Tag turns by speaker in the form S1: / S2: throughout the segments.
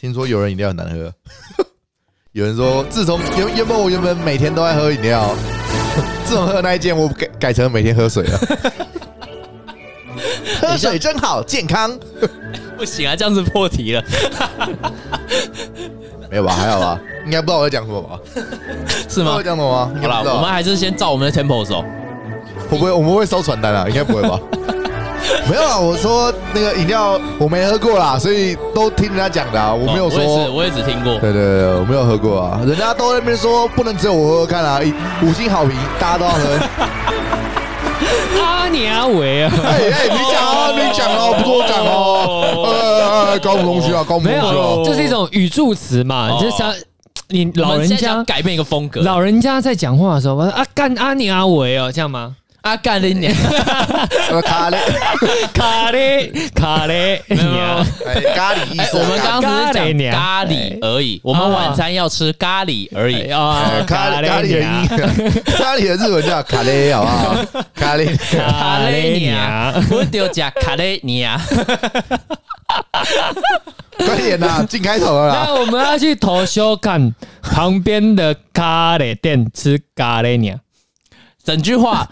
S1: 听说有人饮料很难喝， 有人说自从原原本我原本每天都在喝饮料， 自从喝那一件我改改成每天喝 水了。喝水真好，健康。
S2: 不行啊，这样子破题了，
S1: 没有吧？还好吧？应该不知道我在讲什么吧？
S2: 是
S1: 知道我
S2: 吗
S1: 在？讲什么吗？应该
S2: 好
S1: 不知道
S2: 了，我们还是先照我们的 tempo 走。
S1: 会不会我们会收传单啊？应该不会 吧？没有啊，我说那个饮料我没喝过啦，所以都听人家讲的啊，我没有说。
S2: 哦我也是，我也只听过。
S1: 对对对，我没有喝过啊，人家都在那边说不能只有我喝喝看啊，一五星好评，大家都要喝。
S2: 阿尼阿维啊，
S1: 哎哎，你讲啊，
S2: 哦
S1: 你讲啊，不是我讲哦。哎哎哎，搞什么东西啊？搞什么
S3: 没
S1: 东西啊
S3: 有，？就是一种语助词嘛，
S2: 哦
S3: 你就想你老
S2: 我们
S3: 人
S2: 现在想
S3: 家
S2: 改变一个风格，
S3: 老人家在讲话的时候，我说啊干阿你阿伟哦，这样吗？
S2: 阿干的 你，
S1: 呃咖喱，
S3: 卡嘞卡嘞，
S2: 没有没 有
S1: 哎咖喱意
S2: 哎，
S1: 思。
S2: 我们刚刚只
S3: 咖喱
S2: 是
S3: 你
S2: 讲
S3: 啊
S2: 咖喱而已，我们
S3: 啊
S2: 晚餐要吃咖喱而已。
S3: 啊
S1: 哎咖喱咖喱
S3: 你
S1: 的
S3: 啊
S1: 英文，咖喱的日文叫咖喱，好不好？咖喱，
S3: 啊
S2: 卡啊雷尼
S3: 卡
S2: 亚
S3: 雷尼，
S2: 我丢加卡雷尼亚，
S1: 快点呐，啊进开头了啦。
S3: 那哎我们要去投修看旁边的咖喱店吃咖喱鸟，
S2: 整句话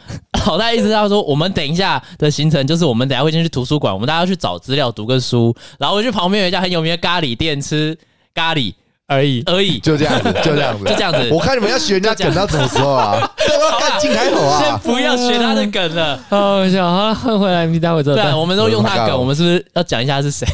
S2: 老大意思他说，我们等一下的行程就是我们等一下会先去图书馆，我们大家去找资料读个书，然后我去旁边有一家很有名的咖喱店吃咖喱
S3: 而 已。
S2: 而已，
S1: 就这样子，就这样子，
S2: 就这样子
S1: 我看你们要学人家梗到什么时候啊？要不要干进开头
S2: 先
S1: 啊？
S2: 不要学他的梗了。
S3: 哦，笑，好了，换回来，你待会再
S2: 对啊，我们都用他
S1: Oh my
S2: 梗，
S1: God
S2: 我们是不是要讲一下是谁？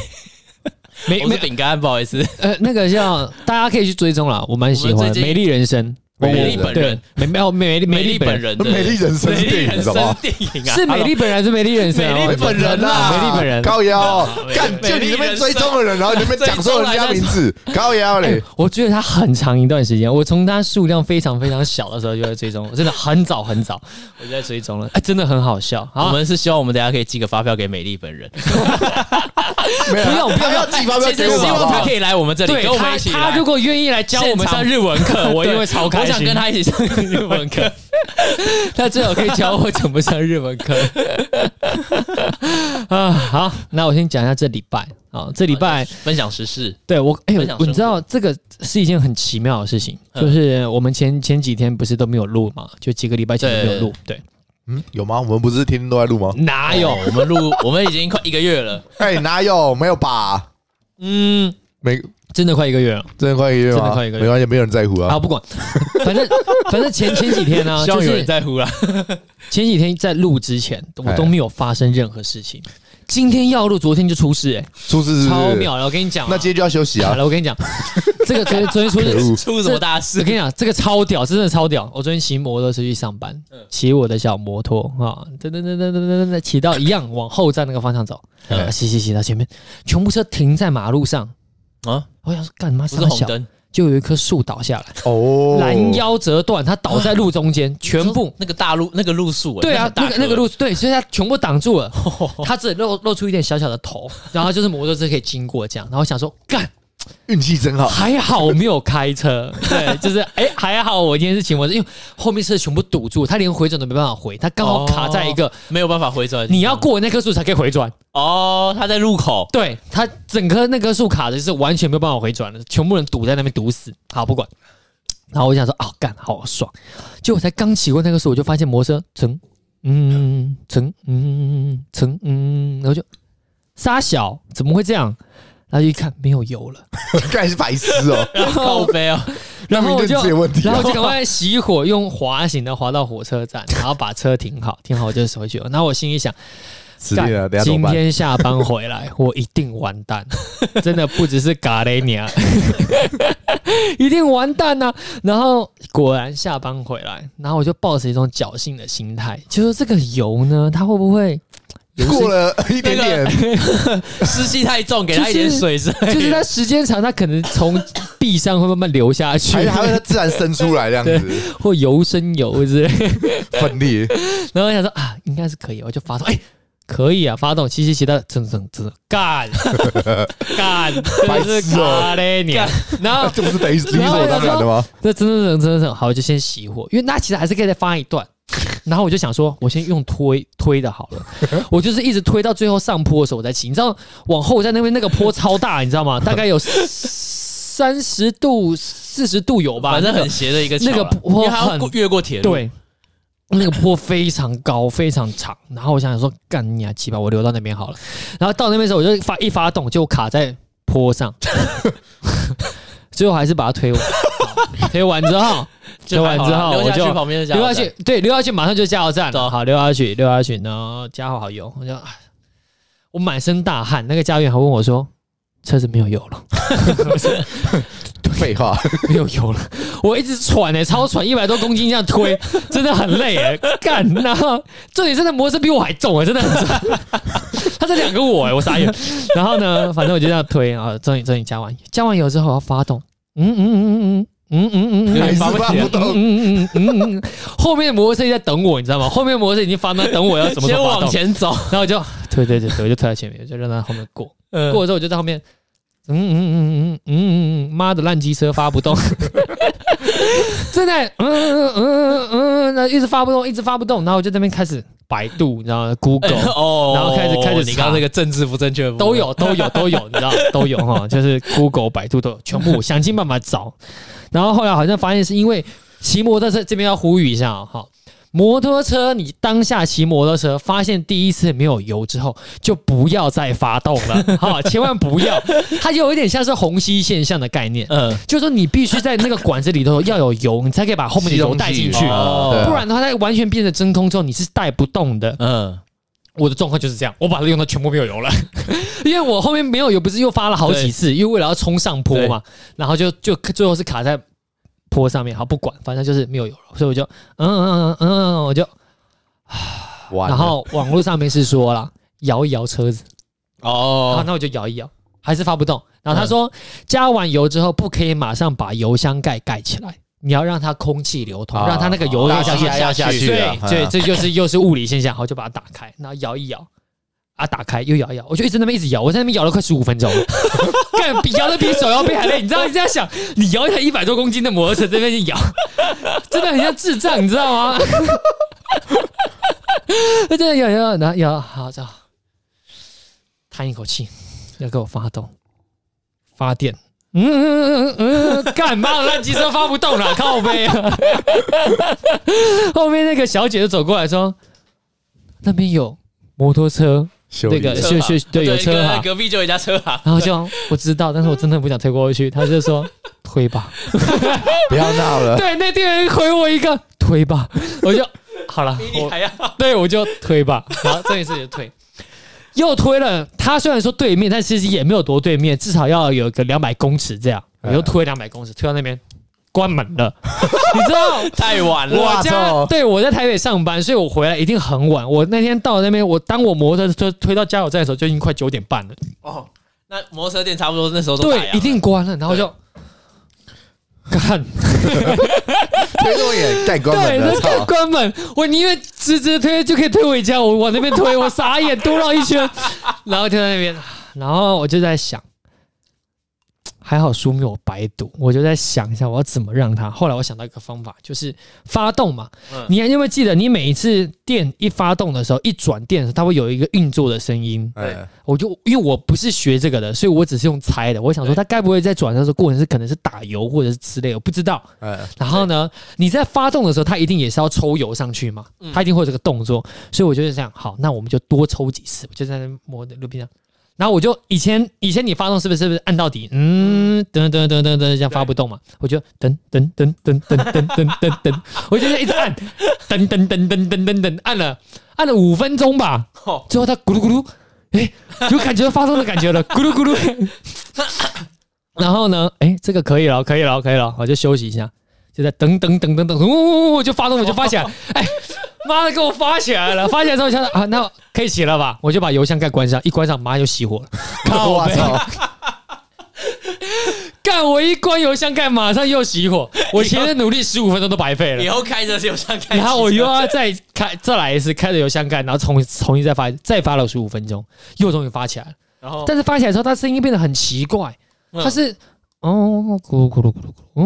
S3: 没
S2: 我们
S3: 没
S2: 是饼干，不好意思，
S3: 呃，那个叫大家可以去追踪啦，我蛮喜
S2: 我
S3: 欢
S2: 们
S3: 《
S2: 最近
S3: 美丽人生》我，
S2: 美
S1: 丽
S2: 本人
S3: 对，美哦美美丽
S2: 美
S3: 美
S2: 丽
S3: 丽
S2: 本
S3: 本人
S2: 人的
S1: 美丽人生
S2: 美丽
S1: 电
S2: 人生
S1: 影好不好
S2: 电影啊，
S3: 是美丽本人还是美丽人生啊？
S2: 美丽
S3: 我
S2: 本人
S1: 啊，
S3: 美丽本人。
S1: 高腰哦
S2: 美，丽
S1: 干就你那
S2: 美丽
S1: 边
S2: 人
S1: 追踪的人，然后你那边讲错人家名字，高腰嘞，
S3: 哎我觉得他很长一段时间，我从他数量非常非常小的时候就在追踪，真的很早很早我就在追踪了，哎，真的很好笑。
S2: 好我
S3: 好，
S2: 们是希望我们等一下可以寄个发票给美丽本 人，哎
S1: 没有啊，
S3: 不用不用
S1: 他要寄发票
S2: 其
S1: 给
S2: 实
S1: 我
S2: 希
S1: 们好不
S2: 望他
S1: 好
S2: 可？以来我们这里
S3: 对
S2: 跟我们
S3: 他
S2: 一起
S3: 他
S2: 来
S3: 如果愿意来教我们上日文 课，我一定会超开
S2: 我
S3: 心。
S2: 想跟他一起上日文课。
S3: 他最好可以教我怎么上日文课。 啊，好，那我先讲一下这礼拜啊，这礼拜
S2: 分享时事，
S3: 对我，哎、
S2: 分享生
S3: 呦，
S2: 活
S3: 你知道这个是一件很奇妙的事情，
S2: 嗯
S3: 就是我们前前几天不是都没有录嘛，就几个礼拜前都没有录，对，
S1: 嗯，有吗？我们不是天天都在录吗？
S3: 哪有？
S2: 哦我们录， 我们已经快一个月了，
S1: 哎，哪有？没有吧？
S3: 嗯，
S1: 没，
S3: 真的快一个月了。
S1: 真的快一个月
S3: 真
S1: 吗？
S3: 的快一个月
S1: 没关系，没有人在乎啊
S3: 啊，。不管，反正 反正前前几 天呢、
S2: 希
S3: 就
S2: 望有
S3: 是
S2: 人在乎啦。
S3: 前几天在录之前，我
S1: 哎
S3: 都没有发生任何事
S2: 嗯
S3: 情。今天要录，昨天就出事、哎，
S1: 出事是不
S3: 超
S1: 是？
S3: 妙了！我跟你讲、啊，
S1: 那今天就要休息
S3: 好
S1: 啊。
S3: 了，我跟你讲，这个昨天昨天出
S1: 可
S3: 事，
S1: 恶，
S2: 出什么大事
S3: 我？跟你讲，这个超屌，真的超屌！我昨天骑摩托车去上班，骑我的小摩托啊，噔噔噔噔噔噔噔，骑到一样往后站那个方向走，
S1: 嗯
S3: 啊骑骑骑到前面，全部车停在马路上
S2: 啊
S3: 啊！我想说干嘛？
S2: 不是
S3: 傻
S2: 红
S3: 小，
S2: 灯，
S3: 就有一棵树倒下来，
S1: 哦，
S3: 拦腰折断，它倒在路中间，全部。
S2: 那个大路，那个路数，哎
S3: 对啊，那个那个，
S2: 很大
S3: 路对，所以它全部挡住了，
S2: 颗
S3: 它只露露出一点小小的头，然后就是摩托车可以经过这样，然后想说干，
S1: 运气真 好。
S3: 还好我没有开车，对，就是哎、还好我今天是骑摩托车，因为后面车全部堵住，他连回转都没办法回，他刚好卡在一个、
S2: 没有办法回转。
S3: 你要过那棵树才可以回转，
S2: 哦，他在路口，
S3: 对他整棵那棵树卡的是完全没有办法回转的，全部人堵在那边堵死，好不管。然后我就想说，哦，干，好爽！结果我才刚骑过那棵树，我就发现摩托车噌，嗯，噌，嗯，噌，嗯，然后就沙小，怎么会这样？然后一看没有油了，
S1: 干是白痴哦，
S2: 靠背哦，
S3: 然后我就
S1: 这些问题
S3: 然
S1: 啊
S3: 后就赶快熄火，用滑行的滑到火车站，然后把车停好，停好我就回去了。然后我心里想，
S1: 死定了，
S3: 干
S1: 等下怎
S3: 今
S1: 么办？
S3: 天下班回来，我一定完蛋，真的不只是嘎雷尼亚，啊 一定完蛋呐、然后果然下班回来，然后我就抱着一种侥幸的心态，就说这个油呢，它会不 会
S1: 过了一点点，
S2: 湿气太重，给他一点
S3: 就是
S2: 水之类的
S3: 就是它时间长，它可能从壁上会慢慢流下去
S1: 还，还会自然生出来这样子，
S3: 或油生油之类的。
S1: 分裂。
S3: 然后我想说啊，应该是可以，我就发动，哎、可以啊，发动，骑骑骑到，噌噌噌，干干，
S1: 白
S3: 真是
S1: 痴哦
S3: 嘎嘞你啊！然后
S1: 这不是等于理所当然的吗？
S3: 这噌噌噌噌噌，好，我就先熄火，因为那其实还是可以再发一段。然后我就想说，我先用推推的好了，我就是一直推到最后上坡的时候我再骑。你知道往后在那边那个坡超大，你知道吗？大概有三十度、四十度有吧，
S2: 反正
S3: 那个
S2: 很斜的一个桥啦
S3: 那个坡
S2: 因为它要
S3: 很
S2: 过越过铁路，
S3: 对，那个坡非常高，非常长。然后我想想说，干你啊，鸡巴，我留到那边好了。然后到那边的时候，我就发一发动就卡在坡上， 最后还是把它推完。 好推完之后，
S2: 就还好
S3: 推完之
S2: 啦
S3: 后
S2: 溜下
S3: 我
S2: 去
S3: 就
S2: 旁边的加油
S3: 溜下
S2: 站
S3: 去，对，溜下去马上就加油站
S2: 走
S3: 了。好，溜下去，溜下去，然后加好好油，我就啊我满身大汗。那个驾驶员还问我说：“车子没有油 了，
S1: 废话，
S3: 没有油了。”我一直喘哎、超喘，一百多公斤这样推，真的很累哎、干呐、重点是那摩托车比我还重哎、真的很重。他这两个我哎、我傻眼。然后呢，反正我就这样推啊，终于终于加完油，加完油之后我要发动，嗯嗯嗯嗯嗯嗯嗯嗯嗯。
S1: 还是发不
S3: 嗯
S1: 动。
S3: 嗯嗯嗯嗯嗯，后面的摩托车在等我，你知道吗？后面的摩托车已经发动在等我要怎么
S2: 先
S3: 时候发动
S2: 往，前走，
S3: 然后我就推推推推，我就推在前面，我就让他后面过。
S2: 嗯
S3: 过了之后，我就在后面，嗯嗯嗯嗯嗯嗯嗯，妈的烂机车发不动， 正在嗯嗯嗯嗯，那一直发不动，一直发不动，然后我就在那边开始百度，你知道吗？Google
S2: 哦
S3: 然后开始开始
S2: 你
S3: 查
S2: 刚刚那个政治不正确的部分
S3: 都有都有都有，你知道 都有哈，就是 Google 百度都有，全部想尽办法找。然后后来好像发现是因为骑摩托车，这边要呼吁一下啊，哈。摩托车，你当下骑摩托车，发现第一次没有油之后，就不要再发动了，哈，千万不要。它就有一点像是虹吸现象的概念，
S2: 嗯，
S3: 就是说你必须在那个管子里头要有油，你才可以把后面的油带进去
S1: 吸，
S2: 哦
S1: 对啊
S3: 不然的话，它完全变成真空之后，你是带不动的。
S2: 嗯，
S3: 我的状况就是这样，我把它用到全部没有油了， 因为我后面没有油，不是又发了好几次，因为为了要冲上坡嘛，然后就就最后是卡在坡上面，好不管，反正就是没有油了，所以我就嗯嗯嗯嗯嗯，我就
S1: 完了
S3: 然后网络上面是说了摇一摇车子，好，
S2: 哦，
S3: 那我就摇一摇，还是发不动。
S1: 嗯
S3: 然后他说、加完油之后不可以马上把油箱盖盖起来，你要让它空气流通，
S1: 啊
S3: 让它那个油
S1: 大
S3: 流
S1: 气
S3: 下去。
S1: 压要下去啊
S3: 对对，
S1: 嗯
S3: 这就是又是物理现象，好，就把它打开，然后摇一摇，啊，打开又摇一摇，我就一直那边一直摇，我在那边摇了快十五分钟，干比摇的比手摇杯还累，你知道？你这样想，你摇一台一百多公斤的摩托车这边去摇，真的很像智障，你知道吗？我真的摇摇，然后摇，好，这样叹一口气，要给我发动，发电。嗯嗯嗯嗯嗯，干嘛烂机车发不动了，靠背啊！ 后面那个小姐就走过来说：“那边有摩托车，
S1: 修
S3: 那
S1: 理
S3: 个
S2: 车
S3: 是
S2: 行
S3: 是，对，有车
S2: 跟
S3: 哈。
S2: 隔壁就有一家车行”，
S3: 然后就我知道，但是我真的不想推过去。他 就说：“推吧。
S1: 不要闹”了，
S3: 对，那店员回我一个“推吧”， 我就好了，
S2: 比 你
S3: 我
S2: 还要
S3: 对我就推 吧。然后这一次就推，又推了。他虽然说对面，但其实也没有多对面，至少要有个两百公尺这样。
S2: 哎
S3: 我又推两百公尺，推到那边关门 了，你知道？
S2: 太晚了，
S3: 我
S1: 哇
S3: 家
S1: 操
S3: 对我在台北上班，所以我回来一定很晚。我那天到那边，我当我摩托车推到加油站的时候，就已经快九点半了。
S2: 哦，那摩托车店差不多那时候都啊打烊
S3: 对，
S2: 了
S3: 一定关了，然后就干
S1: 推动也盖关
S3: 对，
S1: 门了，
S3: 那就
S1: 操！
S3: 关门。我宁愿直直推就可以推回家，我往那边推，我傻眼，多绕一圈， 然后就在那边，然后我就在想。还好书没有白读，我就在想一下我要怎么让它。后来我想到一个方法，就是发动嘛。
S2: 嗯
S3: 你还有没有记得，你每一次电一发动的时候，一转电的时候，它会有一个运作的声音。
S2: 对
S1: 哎
S3: 我就因为我不是学这个的，所以我只是用猜的。我想说，
S2: 对
S3: 它该不会在转的时候过程是可能是打油或者是之类的，我不知道。
S1: 哎，
S3: 然后呢，你在发动的时候，它一定也是要抽油上去嘛，
S2: 嗯
S3: 它一定会有这个动作，所以我就是想，好，那我们就多抽几次，我就在那摸的溜冰上。然后我就以前以前你发动是不是是不是按到底？嗯，噔噔噔噔噔，这样发不动嘛？我就噔噔噔噔噔噔噔噔噔，我就在一直按，噔噔噔噔噔噔噔，按了按了五分钟吧，
S2: 哦
S3: 最后它咕噜咕噜，哎、有感觉发动的感觉了， 咕噜咕噜。 然后呢，哎、这个可以了，可以了，可以了，我就休息一下，就在等等等等等，呜、我就发动，我就发起来， 哎、妈的，给我发起来了！发起来之后我想说啊，那可以起了吧？我就把油箱盖关上，一关上，马上就熄火了。靠
S1: 我
S3: 北！
S1: 操！
S3: 干我一关油箱盖，马上又熄火，我前面努力十五分钟都白费 了
S2: 以。后开着就像开汽车，
S3: 然后我又要再开再来一次，开着油箱盖，然后重重新再发，再发了十五分钟，又终于发起来了。
S2: 然后
S3: 但是发起来之后，它声音变得很奇怪，
S2: 嗯
S3: 它是哦咕噜咕噜咕噜咕噜，哦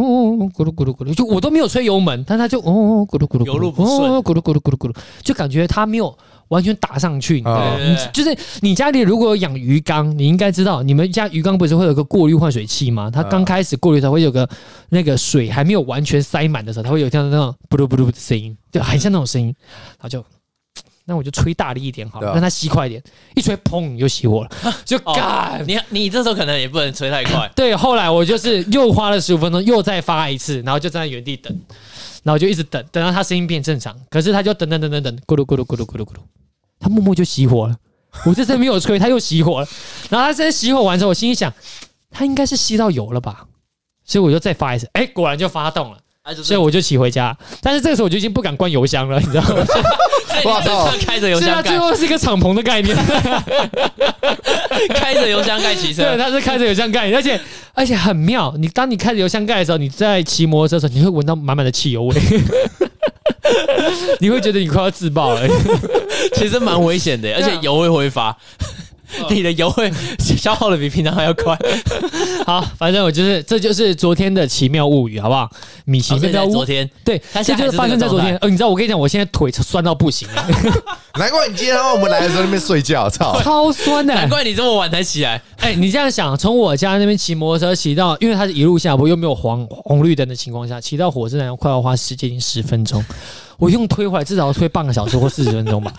S3: 咕噜咕噜咕噜，就我都没有吹油门，但它就哦咕噜咕噜咕噜，
S2: 油路不顺
S3: 哦咕噜咕噜咕噜咕噜，就感觉它没有完全打上去，你知道吗？
S1: 哦
S3: 你就是你家里如果有养鱼缸，你应该知道，你们家鱼缸不是会有个过滤换水器吗？它刚开始过滤的时候会有个那个水还没有完全塞满的时候，它会有这样的那种咕噜咕噜的声音，就很像那种声音，然后就。那我就吹大力一点好
S1: 对
S3: 了，
S1: 啊
S3: 让它吸快一点，一吹砰你就熄火了，就
S2: 哦
S3: 干、，
S2: 你你这时候可能也不能吹太快
S3: 对，后来我就是又花了十五分钟，又再发一次，然后就站在原地等，然后就一直等，等到他声音变正常。可是他就等等等等等，咕噜咕噜咕噜咕噜咕噜，他默默就熄火了。我这次没有吹，他又熄火了。然后他这次熄火完之后，我心里想，他应该是吸到油了吧，所以我就再发一次，哎，果然就发动了。
S2: 啊，就是
S3: 所以我就骑回家，但是这个时候我就已经不敢关油箱了，你知道吗？
S1: 哇靠
S2: 所以你开着油
S3: 所以它
S2: 箱
S3: 最
S2: 盖，
S3: 后是一个敞篷的概念，
S2: 开着油箱盖骑
S3: 对，
S2: 车，
S3: 它是啊开着油箱盖，而且而且很妙。你当你开着油箱盖的时候，你在骑摩托车的时候，你会闻到满满的汽油味， 你会觉得你快要自爆了。
S2: 其实蛮危 险的，而
S3: 啊
S2: 且油会挥发，
S1: 哦
S2: 你的油会消耗的比平常还要 快。
S3: 好，反正我就是，这就是昨天的奇妙物语，好不好？米奇
S2: 哦所
S3: 妙
S2: 以在
S3: 妙
S2: 昨
S3: 物。
S2: 天
S3: 对，
S2: 它
S3: 这
S2: 现在
S3: 就是发生在昨
S2: 还
S3: 天
S2: 是。
S3: 呃，你知道我跟你讲，我现在腿酸到不行，
S1: 难怪你今天他妈我们来的时候在那边睡觉，操！
S3: 超酸 的。
S2: 难怪你这么晚才起来，
S3: 哎、 你这样想，从我家那边骑摩托车骑到，因为它是一路下坡，又没有黄红绿灯的情况下，骑到火车站快要花十接近十分钟，我用推回来至少要推半个小时或四十分钟吧。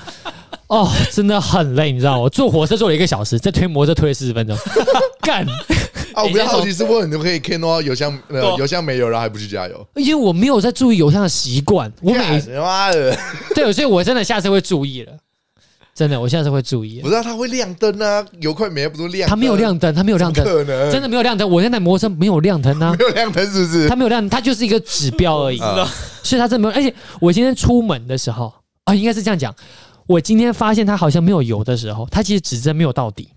S3: 哦，真的很累，你知道吗？我坐火车坐了一个小时，再推摩托车推了四十分钟， 干！
S1: 啊，我比较好奇
S2: 你
S1: 是问你怎么可以看到油箱呃
S2: 对啊
S1: 油箱没油，然后还不去加油？
S3: 因为我没有在注意油箱的习惯，我每
S1: 干妈的，
S3: 对，所以我真的下次会注意了，真的，我下次会注意
S1: 不。知道它会亮灯啊，油快没不都亮？
S3: 它没有，亮灯，它没有亮灯，
S1: 可能
S3: 真的没有亮灯。我那台摩托车没有亮灯啊
S1: 没，有亮灯是不是
S3: 它？没有亮，它就是一个指标而已。
S1: 啊
S3: 所以他真的没有。而且我今天出门的时候啊，应该是这样讲，我今天发现它好像没有油的时候，它其实指针没有到底，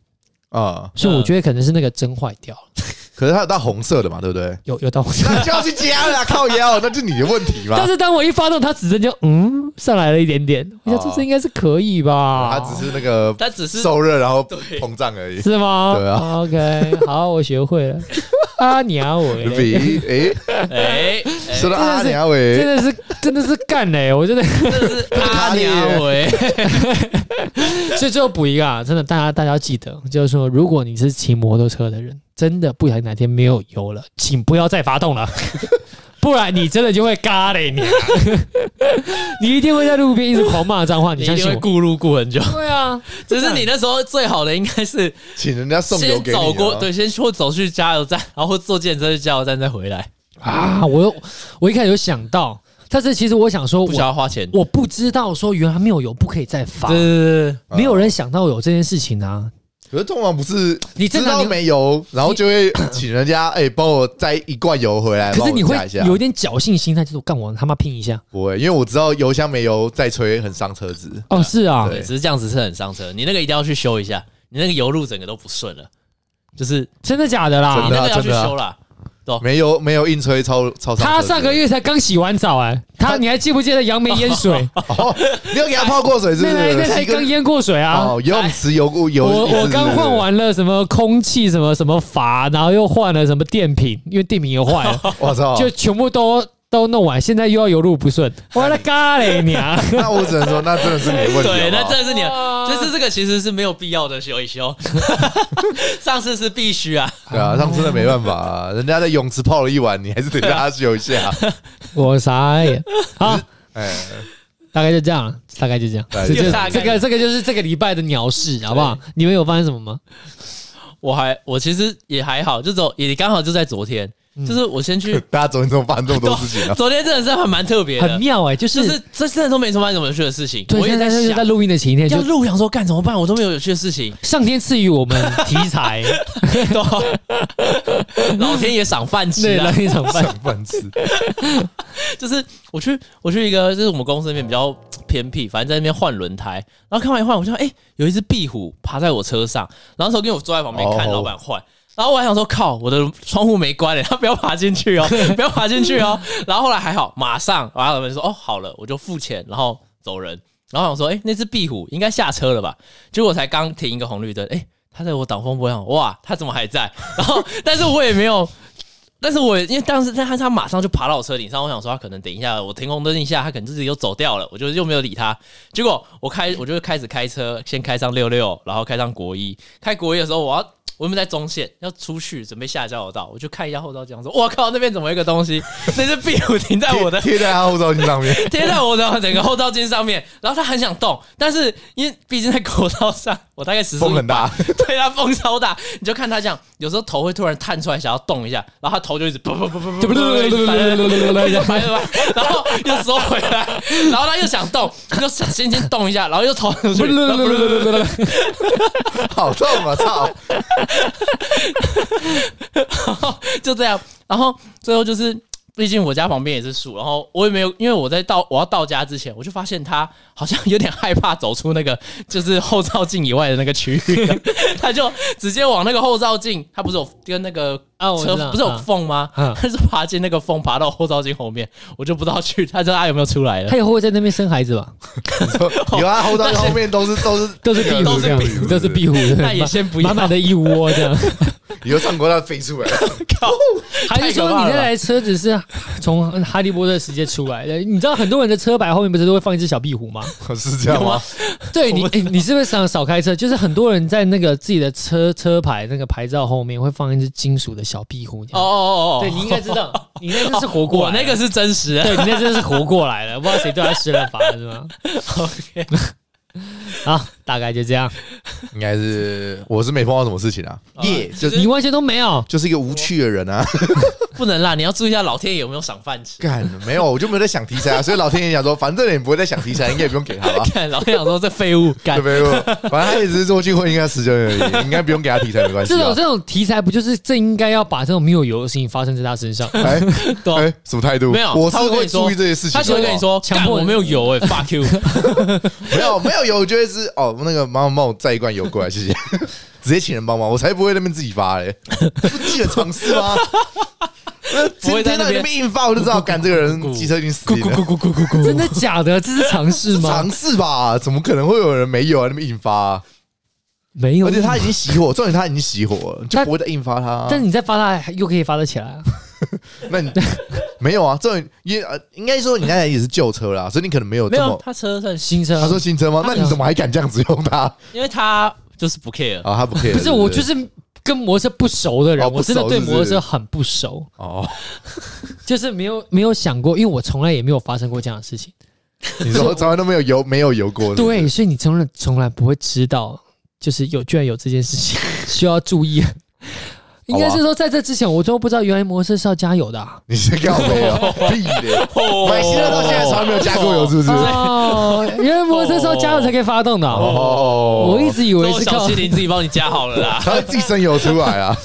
S1: 啊，
S3: 所以我觉得可能是那个针坏掉了，
S1: 可是它有到红色的嘛，对不对？
S3: 有有到。
S1: 那就要去加了啦，啊靠腰，那就你的问题
S3: 但
S1: 嘛。
S3: 是当我一发动，它指针就嗯上来了一点点，我想
S1: 哦
S3: 这次应该是可以吧？
S1: 它只是那个
S2: 他只是
S1: 受热然后
S2: 对
S1: 膨胀而已。
S3: 是吗？
S1: 对啊
S3: OK，好，我学会了。阿 娘我嘞
S1: 比诶，
S2: 哎，哎
S1: 说到阿娘
S3: 真
S1: 伟，
S3: 的是真的是干嘞、我真的。
S2: 阿娘喂，
S3: 所以最后补一个啊，真的，大家大家要记得，就是说，如果你是骑摩托车的人，真的不小心哪天没有油了，请不要再发动了， 不然你真的就会嘎嘞你，啊你一定会在路边一直狂骂脏话，
S2: 你
S3: 你
S2: 一
S3: 相
S2: 定
S3: 信
S2: 会
S3: 我。
S2: 顾路顾 很久。
S3: 对啊，
S2: 只是你那时候最好的应该是
S1: 请人家送油
S2: 先
S1: 给你啊。
S2: 走过，对，先或走去加油站， 然后坐电车去加油站再回来，
S3: 啊，我我一开始有想到，但是其实我想说
S2: 不需
S3: 我。
S2: 要花钱。
S3: 我不知道说原来没有油不可以再发
S2: 对，对对
S3: 没有人想到有这件事情啊！
S1: 可是通常不是
S3: 你
S1: 知
S3: 正常
S1: 道
S3: 你
S1: 没油，然后就会 请人家哎帮我摘一罐油回来，
S3: 可是你
S1: 哎帮我
S3: 会
S1: 加一下
S3: 有一点侥幸心态，就是我干我他妈拼一下
S1: 不会？因为我知道油箱没油再吹很伤车子。
S3: 哦，是啊
S2: 对，对，只是这样子是很伤车。你那个一定要去修一下，你那个油路整个都不顺了，就是你
S3: 真的假的啦？
S1: 真的啊
S2: 那个要去
S1: 真的啊
S2: 修啦。
S1: 没油没油硬吹超超伤车子。
S3: 哦他上个月才刚洗完澡哎、他你还记不记得杨梅 淹水？
S1: 哦，你有给他泡过水是不
S3: 那台
S1: 是？
S3: 那台
S1: 是一个
S3: 刚淹过水啊！
S1: 哦，游泳池游过游，
S3: 我
S1: 一次
S3: 我刚换，完了什么空气什么什么阀，然后又换了什么电瓶，因为电瓶也坏 了，
S1: 是不是我操！
S2: 哦
S3: 就全部都都弄完，现在又要油路 不顺，我的咖嘞啊娘！
S1: 那我只能说，那真的是你的哎问题。
S2: 对，
S1: 好
S2: 那
S1: 不好
S2: 这是你的，啊
S3: 哇
S2: 就是这个其实是没有必要的修一修。 上次是必须啊，
S1: 对啊，他们真的没办法啊，人家在泳池泡了一晚，你还是得让他休一 下。
S3: 我傻眼。
S2: 嗯
S3: 好，
S1: 哎，
S3: 大概就这样了，大概就这样。
S1: 大概
S3: 这
S1: 就
S3: 就
S2: 这样
S3: 这个这个就是这个礼拜的鸟事，好不好？你们有发生什么吗？
S2: 我还我其实也还好，就走也刚好就在昨天，
S1: 嗯
S2: 就是我 先去，
S1: 大家昨天怎么发生这么多事 情啊？
S2: 昨天真的是还蛮特别
S3: 很
S2: 的，
S3: 妙哎，就
S2: 就是是这真的都没什么什么有趣的事情，
S3: 对，
S2: 我也
S3: 现
S2: 在
S3: 在就是在
S2: 想。
S3: 录音的前一天
S2: 要
S3: 就
S2: 录，我想说干怎么办？我都没有有趣的事 情，啊
S3: 上天赐予我们题 材，
S2: 老天爷赏饭吃
S3: 对
S2: 啊
S3: 了，！一场饭。
S1: 上饭吃，
S2: 就是我去我去一个就是我们公司那边比较偏僻，反正在那边换轮胎，然后看完一换，我就想哎、诶有一只壁虎爬在我车上，然后手跟我坐在旁边看
S1: 哦
S2: 老板换。然后我还想说，靠，我的窗户没关嘞、它不要爬进去哦，不要爬进去哦。然后后来还好，马上，然后老板说，哦，好了，我就付钱，然后走人。然后我想说，哎、那只壁虎应该下车了吧？结果我才刚停一个红绿灯，哎、它在我挡风玻璃上，哇，它怎么还在？然后，但是我也没有但是我因为当时但他他马上就爬到我车顶上，我想说啊他可能等一下我停红灯一下，他可能自己又走掉了，我就又没有理他。结果我开我就开始开车，先开上六六，然后开上国一。开国一的时候，我要我原本在中线要出去准备下交流道，我就看一下后照镜，说我靠那边怎么有一个东西？那只壁虎停在我的
S1: 贴贴在他后照镜上 面，
S2: 贴在我的整个后照镜上面，然后他很想动，但是因为毕竟在国道上，我大概时速
S1: 风很大，
S2: 对他风超大，你就看他这样，有时候头会突然探出来想要动一下，然后他头就一直噗噗噗噗噗噗一直摆在那边一直摆在那边然后又缩回来，然后他又想动，又轻轻动一下，然后又头出去，然后
S1: 好痛啊！ 操，
S2: 就这样，然后最后就是。毕竟我家旁边也是树，然后我也没有，因为我在到我要到家之前，我就发现他好像有点害怕走出那个就是后照镜以外的那个区域，他就直接往那个后照镜，他不是有跟那个
S3: 啊，我
S2: 车
S3: 知道，
S2: 不是有
S3: 啊
S2: 缝吗？
S3: 嗯
S2: 他是爬进那个缝，爬到后照镜后面，我就不知道去，他知道他有没有出来了
S3: 他。也会在那边生孩子吧？
S1: 有啊，后照镜后面都 是都是
S3: 都是壁虎，
S2: 都
S3: 这
S2: 是
S3: 样
S2: 壁
S3: 子都是壁虎，
S2: 那也先不要
S3: 满满的一窝这样。
S1: 以后上国道飞出来，
S2: 靠，
S3: 还是说
S2: 太可怕
S3: 你
S2: 了
S3: 那
S2: 吧
S3: 台车子是从哈利波特世界出来的？你知道很多人的车牌后面不是都会放一只小壁虎吗？
S1: 是这样
S2: 有
S1: 吗
S2: 吗？
S3: 对你，诶你是不是想少开车？就是很多人在那个自己的车车牌那个牌照后面会放一只金属的小壁虎。
S2: 哦哦
S3: 哦，
S2: 哦哦，
S3: 对你应该知道，你那只是活过
S2: 我
S3: 来的，
S2: 那个是真实的。
S3: 对你那真是活过来了，不知道谁对他施了法是 吗？
S2: OK，
S3: 啊，大概就这样，
S1: 应该是我是没碰到什么事情啊，耶，就
S3: 你完全都没有。
S1: 就是一个无趣的 人啊。
S2: 不能啦，你要注意一下老天爷有没有赏饭 吃。。
S1: 干，没有，我就没有在想题材啊，所以老天爷想说，反正你不会再想题材，应该也不用给他 吧
S2: 看老天爷想说这废物
S1: 对
S2: 干
S1: 不，对？反正他也只是做聚会应该时间而已，应该不用给他题材，没关系
S3: 这种
S1: 啊。
S3: 这种题材不就是这应该要把这种没有由的事情发生在他身 上？
S1: 哎
S2: 对啊
S1: 哎，什么态度？
S2: 没有
S1: 我是
S2: 他会跟
S1: 会
S2: 你说
S1: 注意这些事情。
S2: 他只会跟你说，
S3: 强
S2: 干
S3: 迫
S2: 我
S3: 你
S2: 没有油哎，fuck you，
S1: 没有没有有，我觉得是哦，那个妈妈帮我载一罐油过来， 谢谢。直接请人帮忙，我才不会那边自己发嘞，不是基本常识吗？那
S2: 不会在
S1: 天到
S2: 那边
S1: 那边硬发，我就知 道，干这个人机车已经死
S2: 咕
S1: 定
S2: 咕
S1: 了。
S2: 咕咕咕咕咕。
S3: 真的假的？这是尝试吗
S1: 尝？试吧，怎么可能会有人没有啊？那边硬发啊、
S2: 哎
S3: 没有，
S1: 而且他已经熄火，重点他已经熄火了，就不会再硬发他啊、
S3: 但你再发它又可以发得起来啊。
S1: 那你没有啊？重点也呃应该说你那台也是旧车啦，所以你可能没有
S2: 没
S1: 这
S2: 有
S1: 么。
S2: 他车算新，
S3: 新车
S1: 他说新车吗？
S3: 他
S1: 那你怎么还敢这样子用它啊？
S2: 因为他就是不 care。
S1: 他不 care，
S3: 不是，我就是是跟摩托车不熟的人，
S1: 哦
S3: 我
S1: 不熟
S3: 真的对
S1: 是不
S3: 摩
S1: 是
S3: 托车很不熟，
S1: 哦，
S3: 就是没有没有想过，因为我从来也没有发生过这样的事情。
S1: 你说从来都没有游没有游过，是不是
S3: 对，所以你从来从来不会知道，就是有居然有这件事情 需要注 意。应该是说，在这之前，我都不知道原来摩托车是要加油的、 啊。
S1: 你是告没有
S2: 哦
S1: 屁的，买新的到现在从来没有加过油，是不是？
S3: 哦，原来摩托车是要加油才可以发动的啊、
S1: 哦，
S3: 我一直以
S2: 以
S3: 为是
S2: 小
S3: 靠
S2: 精灵自己帮你加好了 啦。
S1: 它会自己生油出来啊，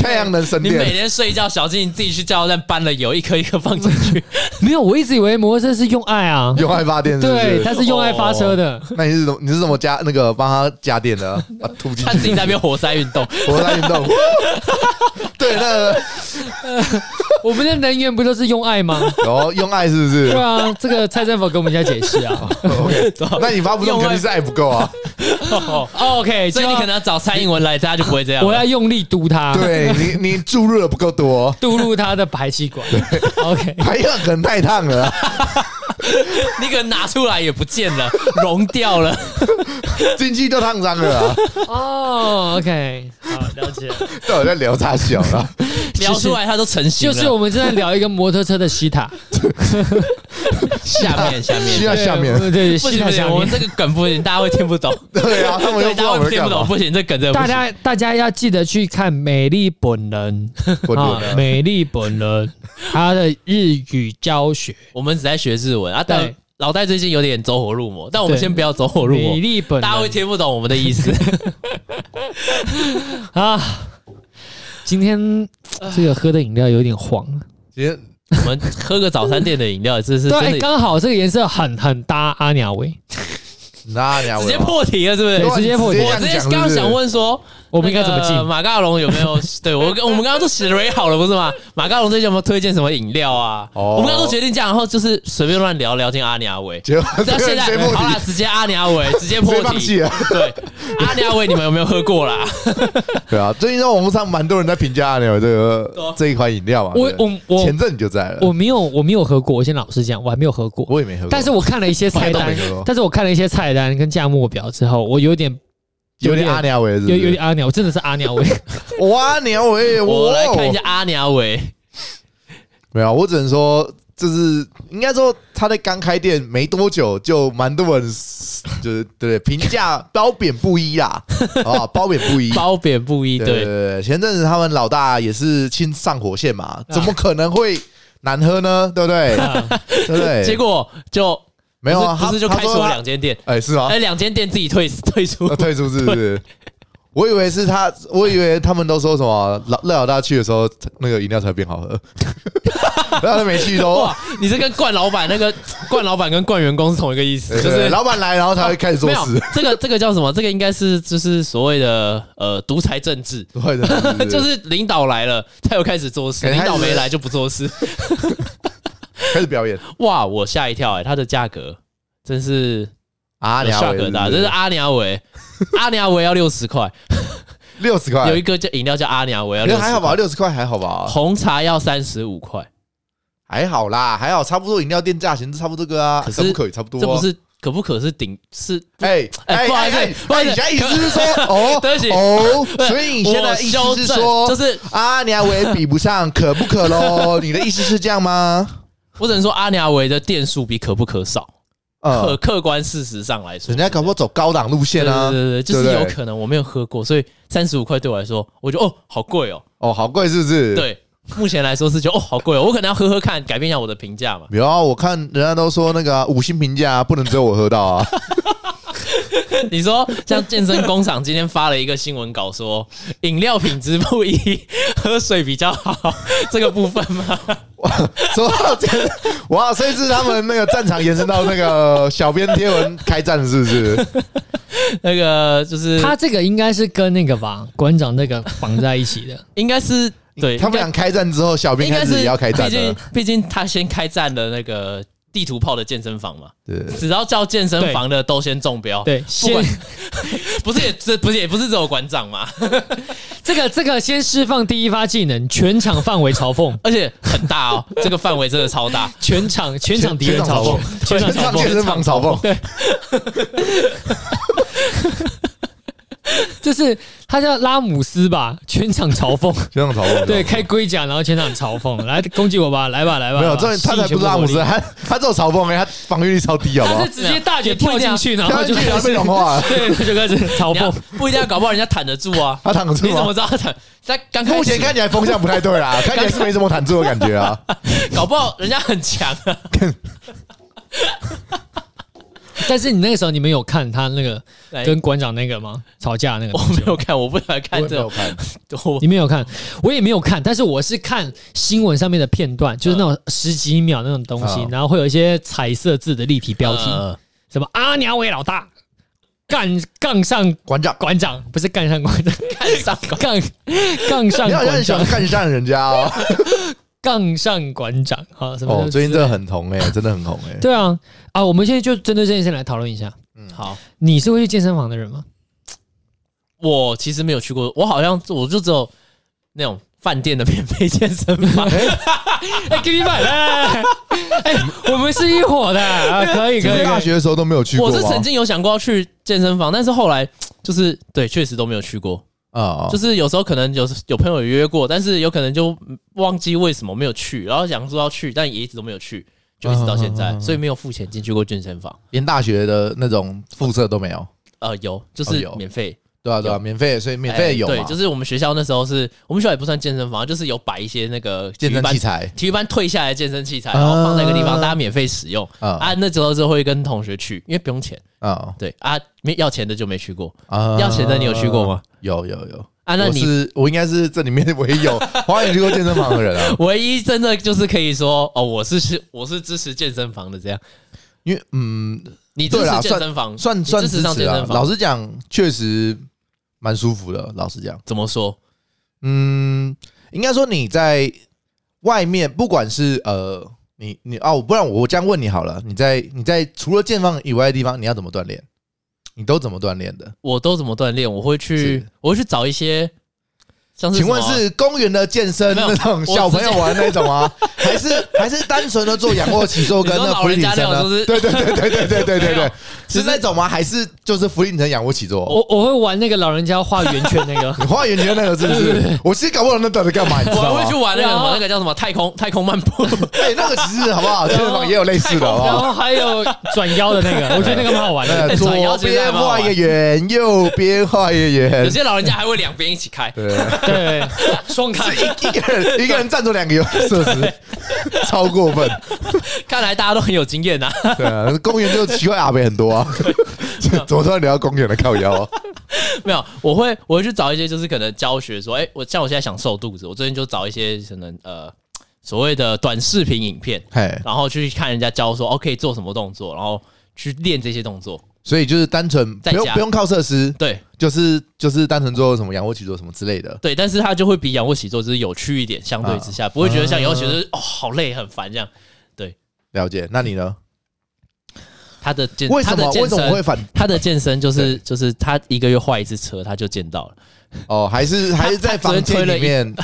S1: 太阳能省
S2: 哦你每
S1: 电。
S2: 天睡觉，小精灵自己去加油站搬了油，一颗一颗放进 去。
S3: 没有，我一直以为摩托车是用爱啊。
S1: 用爱发电是不
S3: 对，哦
S1: 是？
S3: 它是用爱发车的。
S1: 那你是怎么你是怎么加那个帮他加电 的啊？把突进
S2: 他自
S1: 去
S2: 己，在那边活塞运动，
S1: 活塞运动。 对，那个
S3: 我们的能源不都是用爱吗？
S1: 然后哦用爱是不是
S3: 对？啊，这个蔡政府给我们一下解释 啊。
S1: OK，那你发不动肯定是爱不够啊。
S3: 哦 OK，
S2: 所以你可能要找蔡英文来，大家就不会这样了。
S3: 我要用力嘟它，
S1: 对你，你注入的不够多，
S3: 嘟入它的排气管。OK，
S1: 排量可能太烫 了。啊
S2: 你可能拿出来也不见了， 融掉了。
S1: 进去就烫伤了啊。
S3: 哦，OK，好，了 解。
S1: 到底在聊啥小啊了？
S2: 聊出来它都成型
S3: 就
S2: 了。
S3: 是我们正在聊一个摩托车的西塔，
S2: 下面下
S1: 需
S2: 面，
S3: 啊
S1: 要下面。
S3: 对对
S2: 不行
S3: 西塔
S2: 不
S3: 下
S2: 行，我们
S3: 面。
S2: 这个梗不行，大家会听不懂。
S1: 对啊，他们又
S2: 对，
S1: 不知
S2: 大
S1: 道
S2: 家
S1: 我
S2: 会
S1: 们在
S2: 听不
S1: 干
S2: 懂，
S1: 嘛。
S2: 不行，这梗真的
S3: 大
S2: 不行。
S3: 家大家要记得去看《美丽本人
S1: 滚》
S3: 啊，《
S1: 滚！
S3: 美丽 本人》他的日语教学，
S2: 我们只在学日文啊，但
S3: 对
S2: 老戴最近有点走火入魔，但我们
S3: 对
S2: 先不要走火
S3: 《
S2: 入
S3: 美
S2: 魔，
S3: 丽本人
S2: 大家》会听不懂我们的意思。
S3: 啊。今天这个喝的饮料有点黄，
S1: 今天
S2: 我们喝个早餐店的饮料，这是
S3: 对，哎
S2: 真的
S3: 刚好这个颜色很很搭阿鸟味。
S1: 那你啊啊
S2: 直接破题了，是不是
S3: 对？直接破题
S1: 直接
S2: 我
S1: 这
S2: 直接
S1: 样讲
S2: 刚刚
S1: 是不是
S2: 想问说，
S3: 我们应该怎么进
S2: 那？个马嘎龙有没有？ 对我跟我们刚刚都写蕊好了，不是吗？ 马嘎龙最近有没有推荐什么饮料啊？
S1: 哦
S2: 我们刚刚都决定这样，然后就是随便乱聊聊进阿尼阿维。
S1: 结果
S2: 这
S1: 这个
S2: 样现
S1: 人
S2: 在
S1: 谁破
S2: 好啦，
S1: 题？
S2: 直接阿尼阿 维直接破
S1: 直接放弃
S2: 题
S1: 了。
S2: 对，阿尼阿维你们有没有喝过啦？
S1: 对啊，最近在网络上蛮多人在评价那个这
S2: 对啊
S1: 个这一款饮料嘛。
S3: 我
S1: 对
S3: 我我
S1: 前阵子就在了，
S3: 我没有我没有喝过，我先老实讲，我还没有喝过。
S1: 我也没喝过，
S3: 但是我看了一些菜
S1: 我
S3: 单
S1: 也没喝过，
S3: 但是我看了一些菜单跟价目表之后，我有点
S1: 有点阿娘味，是不
S3: 有有
S1: 是
S3: 点？阿鸟，我 真的是阿鸟味。
S1: 我阿娘味，
S2: 我来看一
S1: 下。
S2: 下阿尼阿维。
S1: 没有，啊我只能说，就是应该说他在刚开店没多久，就蛮多人就是对评价 褒贬不一啦，好不好？褒贬 不一。
S2: 褒贬不一，
S1: 对对
S2: 对，
S1: 对，前阵子他们老大也是亲上火线
S2: 啊
S1: 嘛，怎么可能会难喝呢？对不对？对不对？
S2: 结果就
S1: 哎没有啊，
S2: 不是不是就
S1: 他
S2: 开除了，
S1: 他说
S2: 两间店，
S1: 他哎，是吗
S2: 哎，？两间店自己退 退 出
S1: 要，退出是不是？我以为是他，我以为他们都说什么老赖老大去的时候，那个饮料才变好 喝，然后他没去都
S2: 哇，你这跟冠老板那个冠老板跟冠员工是同一个意思，
S1: 对
S2: 就
S1: 对
S2: 是
S1: 老板来，然后才会开始做
S2: 没有
S1: 事，
S2: 这个这个叫什么？这个应该是就是所谓的呃独裁政治。
S1: 对对对对对
S2: 就是领导来了，他又开始做事；
S1: 可能
S2: 领
S1: 开始
S2: 导没来就不做事。
S1: 开始表演
S2: 哇，我吓一跳哎、它的价格真是
S1: 啊，
S2: 有
S1: 你
S2: 吓个大，
S1: 大，
S2: 这是阿尼亚 维，阿尼亚维要六十块，
S1: 六十
S2: 有一
S1: 块，
S2: 个叫饮料叫阿尼亚维要
S1: 可
S2: 六
S1: 是
S2: 十，
S1: 还好吧，？六十块还好吧，
S2: 红茶要三十五块，
S1: 还好啦，还好，差不多饮料店价钱是差不多这个啊，
S2: 可是
S1: 可不可以差不多？
S2: 这不是可不可是顶是
S1: 哎
S2: 哎
S1: 哎
S2: 不好意思
S1: 哎哎
S2: 不好意
S1: 哎
S2: 思
S1: 你现在意思是说哦，
S2: 对不起
S1: 哦，
S2: 对
S1: 所以你现在意
S2: 我
S1: 思
S2: 修
S1: 是
S2: 正
S1: 说
S2: 就是
S1: 啊，你还为比不上可不可喽？你的意思是这样吗？
S2: 我只能说阿尼亚维的店数比可不可少，客
S1: 嗯，
S2: 客观事实上来说
S1: 人，家搞不好走高档路线啊，
S2: 对对对，就是
S1: 对不
S2: 有
S1: 对
S2: 可能我没有喝过，所以三十五块对我来说，我觉得哦好贵哦。
S1: 哦，好贵是不是？。
S2: 对，目前来说是觉得哦好贵哦，我可能要喝喝看，改变一下我的评 价嘛。
S1: 有啊，我看人家都说那个啊、五星评价啊、不能只有我喝到啊，
S2: 你说像健身工厂今天发了一个新闻稿说，饮料品质不一， 喝水比较好，这个部分吗？
S1: 说到这，哇，所以是他们那个战场延伸到那个小编贴文开战是不是？
S2: 那个就是
S3: 他这个应该是跟那个吧馆长那个绑在一起
S1: 哦
S3: 的，
S2: 应该是对
S1: 他们俩开战之后，小
S2: 应
S1: 编
S2: 该
S1: 开
S2: 是
S1: 始也要开战
S2: 毕竟
S1: 了，
S2: 毕竟他先开战了那个地图炮的健身房嘛，
S1: 对，
S2: 只要叫健身房的都先中标。
S3: 对，
S2: 不
S3: 先
S2: 管不是也这不是也不是只有馆长嘛，
S3: 这个这个先释放第一发技能，全场范围嘲讽，
S2: 而且很大哦，这个范围真的超大。
S3: 全场全场敌人嘲讽，全场
S1: 全
S3: 嘲
S1: 场
S3: 讽，
S1: 健身房嘲讽，
S3: 这是他叫拉姆斯吧？全场嘲 讽，
S1: 全场嘲讽，
S3: 对，开龟甲，然后全场嘲讽，来攻击我吧，来吧，来吧，
S1: 没有，
S3: 来吧
S1: 重
S2: 啊
S1: 点他才不是拉姆斯，，他他这种嘲讽，哎，他防御力超低，好不
S3: 他
S1: 好
S3: 是？直接大姐跳进去，然
S1: 跳
S3: 后就
S1: 进去
S3: 开
S1: 然后
S3: 始
S1: 被融化了，，
S3: 对，他就开始嘲
S2: 你要
S3: 讽。
S2: 不一定要搞不好人家躺得住啊
S1: 他躺得住
S2: 你怎么
S1: 吗？
S2: 知道他躺？他刚开始
S1: 目前看起来风向不太对 啦，看起来是没什么坦住的感觉啊。
S2: 搞不好人家很强 啊。
S3: 但是你那个时候，你们有看他那个
S1: 哎
S2: 来
S3: 跟馆长那个吗？吵架那个
S2: 我
S3: 东西吗？
S2: 没有看，我不喜欢看
S1: 我也没
S2: 这
S1: 有
S2: 种。
S1: 看，
S2: 我
S3: 你没有看，我也没有看，但是我是看新闻上面的片段，就是那种十几秒那种东西，
S1: 嗯
S3: 然后会有一些彩色字的立体标题，
S2: 呃
S3: 什么阿鸟伟老大干杠上
S1: 馆长，
S3: 馆长，不是干上馆长，
S2: 看上搞
S3: 杠 杠上
S1: 你好像
S3: 馆
S1: 很喜欢
S3: 长，
S1: 看上人家哦。
S3: 杠上馆长啊，什么
S1: 哦
S3: 的，
S1: 最近这个很红哎，真的很红哎。
S3: 对啊啊，我们现在就针对这件事来讨论一下，
S2: 好，
S3: 你是会去健身房的人吗？
S2: 我其实没有去过，我好像我就只有那种饭店的免费健身房。
S3: 哎，给你买了，来来哎，我们是一伙的啊，可以
S1: 你
S3: 可以
S1: 在大
S3: 可以，
S1: 学的时候都没有 去过
S2: 我
S1: 吗？
S2: 是曾经有想过要去健身房，但是后来就是对，确实都没有去过。
S1: 啊，
S2: 就是有时候可能有有朋友约过，但是有可能就忘记为什么没有去，然后想说要去，但也一直都没有去，就一直到现在，
S1: 嗯嗯嗯嗯
S2: 所以没有付钱进去过健身房。
S1: 连大学的那种副社都没有。
S2: 呃，有，就
S1: 哦
S2: 是
S1: 有
S2: 免费，
S1: 对啊，对啊，
S2: 有
S1: 免费，所以免费的有
S2: 哎
S1: 嘛，
S2: 对，就是我们学校那时候是我们学校也不算健身房，就是有摆一些那个
S1: 健身
S2: 体育班
S1: 器材
S2: 体育班退下来的健身器材，然后放在一个地方，
S1: 啊
S2: 大家免费使用。
S1: 啊
S2: 啊，那时候就会跟同学去，因为不用钱。
S1: 啊
S2: 对啊，没要钱的就没去过。
S1: 啊
S2: 要钱的你有去过吗？
S1: 有有有
S2: 啊那
S1: 我
S2: 你
S1: 是我应该是这里面唯一有 花园去过健身房的人啊，
S2: 唯一真的就是可以说哦，我是是我是支持健身房的这样。
S1: 因为嗯，
S2: 你支
S1: 对
S2: 持
S1: 啦
S2: 健身房，
S1: 算
S2: 嗯你
S1: 算
S2: 支持上健
S1: 啊
S2: 身。房。
S1: 老实讲，确实蛮舒服的，老实讲。
S2: 怎么说？
S1: 嗯，应该说你在外面，不管是呃，你你哦，不然我这样问你好了，你在你在除了健放以外的地方，你要怎么锻炼？你都怎么锻炼的？
S2: 我都怎么锻炼？我会去
S1: 是，
S2: 我会去找一些像是
S1: 请问
S2: 什么啊
S1: 是公园的健身
S2: 没有
S1: 那种
S2: 我
S1: 小朋友
S2: 直接
S1: 玩那种 啊，还是还是单纯的做仰卧起坐
S2: 你
S1: 跟
S2: 说
S1: 那
S2: 老
S1: 俯
S2: 人
S1: 卧
S2: 家
S1: 撑啊
S2: 那种
S1: 呢？
S2: 是
S1: 对对对对对对对对
S2: 没有
S1: 对， 是那种吗？还是就是俯卧撑仰卧起坐？，
S3: 我我会玩那个老人家画圆圈那个
S1: 你花园圈那个是不是？我其实搞不懂那到底干嘛，你知道
S2: 我会去
S1: 吗？啊
S2: 玩那个什
S3: 然
S2: 么
S3: 后，
S2: 那个叫什么太空太空漫步，
S1: 哎，那个其实好不好？健身房也有类哎似的，哦好不
S3: 然
S1: 好？
S3: 后还有转腰 的那个，我觉得那个蛮好玩的。
S1: 呃，
S2: 哎
S1: 左
S2: 转腰其实还
S1: 边
S2: 蛮好
S1: 画
S2: 玩
S1: 一个圆，右边画一个
S2: 有
S1: 圆，
S2: 些老人家还会两边一起开，
S1: 对，
S3: 对，双开。
S1: 一个人一个人占住两个游乐设施，超过分。
S2: 看来大家都很有经验呐。
S1: 对啊，公园就奇怪阿北很多啊，怎么突然聊到公园的靠腰啊？
S2: 没有，我会我会去找一些就是可能教学说，哎、我像我现在想瘦肚子，我最近就找一些可能呃所谓的短视频影片，
S1: 嘿，
S2: 然后去看人家教说哦可以做什么动作，然后去练这些动作。
S1: 所以就是单纯
S2: 在
S1: 不用
S2: 家
S1: 不用靠设施，
S2: 对
S1: 就是就是单纯做什么仰卧起坐什么之类的。
S2: 对，但是它就会比仰卧起坐就是有趣一点，相对之
S1: 啊
S2: 下、不会觉得像仰卧起坐、就是哦好累很烦这样。
S1: 了解，那你呢？
S2: 他的健
S1: 为
S2: 他
S1: 什
S2: 的
S1: 么
S2: 健
S1: 为什么会
S2: 身，
S1: 反？
S2: 他的健身就是就是他一个月换一次车，他就见到了。
S1: 哦，还是还是在
S2: 他他昨
S1: 房
S2: 天
S1: 间
S2: 推了
S1: 里
S2: 一
S1: 面？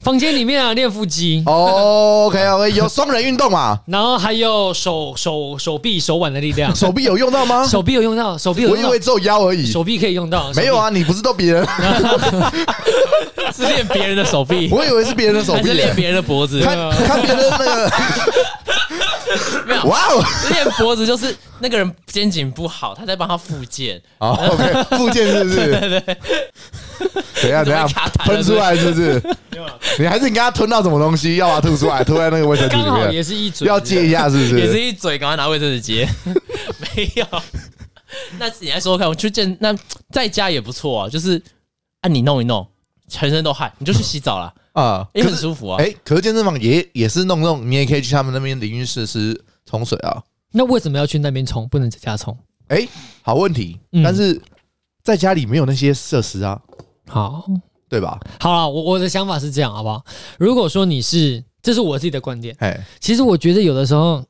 S3: 房间里面啊，练腹肌，
S1: 哦，OK OK，有双人运动嘛？，
S3: 然后还有手手手臂手腕的力量
S1: 手臂有用到 吗？
S3: 手臂有用到，手臂有
S1: 我
S3: 用
S1: 以
S3: 到
S1: 为，只有腰而已。
S3: 手臂可以用到。
S1: 没有啊，你不是都别 人？
S2: 是练别人的手臂，
S1: 我以为是别人的手
S2: 还
S1: 臂
S2: 是练
S1: 耶。
S2: 别人的脖子？
S1: 看看别人的那
S2: 没有
S1: 个，哇哦
S2: 练脖子就是那个人肩颈不好，他在帮他复健，
S1: 好，OK，附 件是不是？对对。等一下，
S2: 你怎
S1: 等
S2: 么
S1: 一
S2: 卡
S1: 下，
S2: 痰了啊
S1: 喷出来是不是？你还是你刚刚吞到什么东西，要把它吐出来，吐在那个卫生纸
S3: 刚
S1: 里
S3: 好
S1: 面，
S3: 也是一组，
S1: 要接一下是不
S2: 也是
S1: 是？
S2: 一嘴，赶快拿卫生纸接。 没有，那你来说说看，我去健那在家也不错啊，就是啊你弄一弄，全身都汗，你就去洗澡啦，
S1: 啊，
S2: 也
S1: 可
S2: 很
S1: 是
S2: 舒服啊。
S1: 哎，可是健身房也也是弄弄，你也可以去他们那边淋浴设施冲水啊。
S3: 那为什么要去那边冲，不能在家冲？
S1: 哎，好问题，
S3: 嗯
S1: 但是在家里没有那些设施啊，
S3: 好，
S1: 对吧？
S3: 好了，我我的想法是这样，好不好？如果说你是，这是我自己的观点。
S1: 哎，
S3: 其实我觉得有的时候，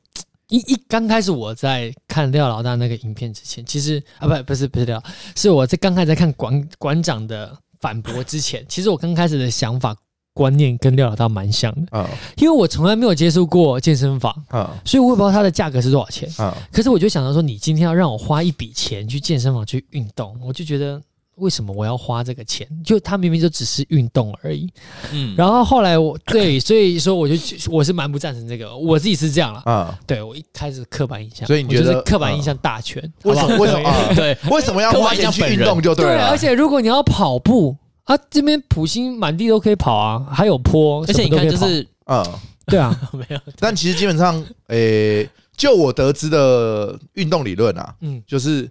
S3: 一一刚开始我在看廖老大那个影片之前，其实啊不不是不是廖，是我在刚开始在看馆馆长的反驳之前，其实我刚开始的想法观念跟廖老大蛮像的，
S1: 嗯
S3: 因为我从来没有接触过健身房，
S1: 嗯
S3: 所以我也不知道它的价格是多少钱。
S1: 嗯，
S3: 可是我就想到说，你今天要让我花一笔钱去健身房去运动，我就觉得为什么我要花这个钱？就它明明就只是运动而已。
S2: 嗯，
S3: 然后后来我对，所以说我就我是蛮不赞成这个，我自己是这样啦。
S1: 啊，
S3: 对我一开始刻板印象，
S1: 所以你
S3: 我就
S1: 觉得嗯
S3: 是刻板印象大全？
S1: 为什
S3: 好不
S1: 么为
S3: 好
S1: 什么哦啊？
S2: 对，
S1: 为什么要花钱去运动就
S3: 对，啊
S1: 了？
S3: 而且如果你要跑步啊，这边普星满地都可以跑啊，还有坡，
S2: 而且你
S3: 什么
S2: 看
S3: 都可以
S2: 就
S3: 跑
S2: 是
S1: 嗯，
S3: 对啊，
S2: 没有
S1: 但其实基本上，诶、就我得知的运动理论啊，
S3: 嗯，
S1: 就是